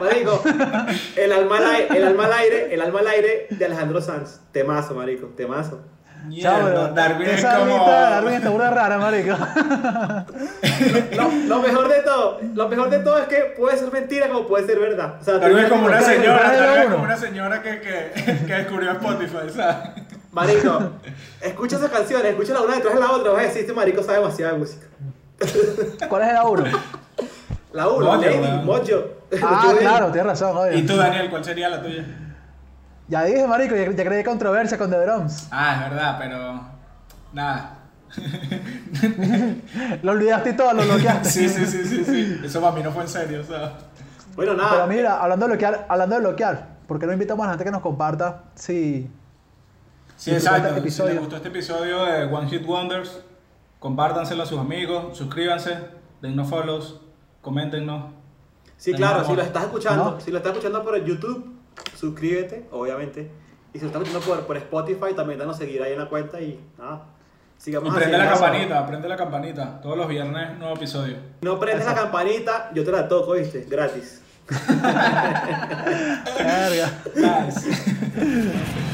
Speaker 1: marico, el alma, al aire, el alma al aire, el alma al aire de Alejandro Sanz. Temazo, marico, temazo.
Speaker 3: Chao,
Speaker 2: Mierda,
Speaker 3: pero
Speaker 2: Darwin es
Speaker 3: esa
Speaker 2: como.
Speaker 3: ahorita de Darwin está burda rara, marico.
Speaker 1: Lo, lo mejor de todo, lo mejor de todo es que puede ser mentira como puede ser verdad. O sea,
Speaker 2: Darwin es como una
Speaker 1: Ok,
Speaker 2: señora,
Speaker 3: Darwin
Speaker 2: Darwin es
Speaker 3: uno.
Speaker 2: como una señora que, que, que descubrió Spotify, ¿sabes?
Speaker 1: Marico, escucha esas canciones, escucha la una detrás de la otra, vas a decir, este marico sabe demasiado de música.
Speaker 3: ¿Cuál es el A1?
Speaker 1: La 1,
Speaker 2: Mojo,
Speaker 1: Lady,
Speaker 2: weón.
Speaker 1: Mojo.
Speaker 3: Ah, claro, tienes razón, obvio.
Speaker 2: Y tú, Daniel, ¿cuál sería la tuya?
Speaker 3: Ya dije, marico, ya, ya creé controversia con The Drums.
Speaker 2: Ah, es verdad, pero. Nada.
Speaker 3: Lo olvidaste y todo, lo bloqueaste.
Speaker 2: Sí, sí, sí, sí, sí. Eso para mí no fue en serio, ¿sabes?
Speaker 1: Bueno, nada.
Speaker 3: Pero mira, hablando de bloquear, hablando de bloquear, ¿por qué no invitamos a la gente que nos comparta si
Speaker 2: Sí,
Speaker 3: Y
Speaker 2: exacto.
Speaker 3: disfruta este
Speaker 2: si les
Speaker 3: episodio.
Speaker 2: gustó este episodio de One Hit Wonders, compártanselo a sus amigos, suscríbanse, dennos follows, coméntenos.
Speaker 1: Sí,
Speaker 2: Tenemos
Speaker 1: claro,
Speaker 2: amor.
Speaker 1: si lo estás escuchando,
Speaker 3: No.
Speaker 1: si lo estás escuchando por el YouTube, suscríbete, obviamente. Y si lo estás escuchando por, por Spotify, también danos seguir ahí en la cuenta y nada. Sigamos
Speaker 3: Ah,
Speaker 2: Y
Speaker 1: haciendo
Speaker 2: prende la
Speaker 1: eso.
Speaker 2: campanita, prende la campanita. Todos los viernes, nuevo episodio.
Speaker 1: No prendes la campanita, yo te la toco, ¿viste? Gratis.
Speaker 3: Verga.
Speaker 2: Nice.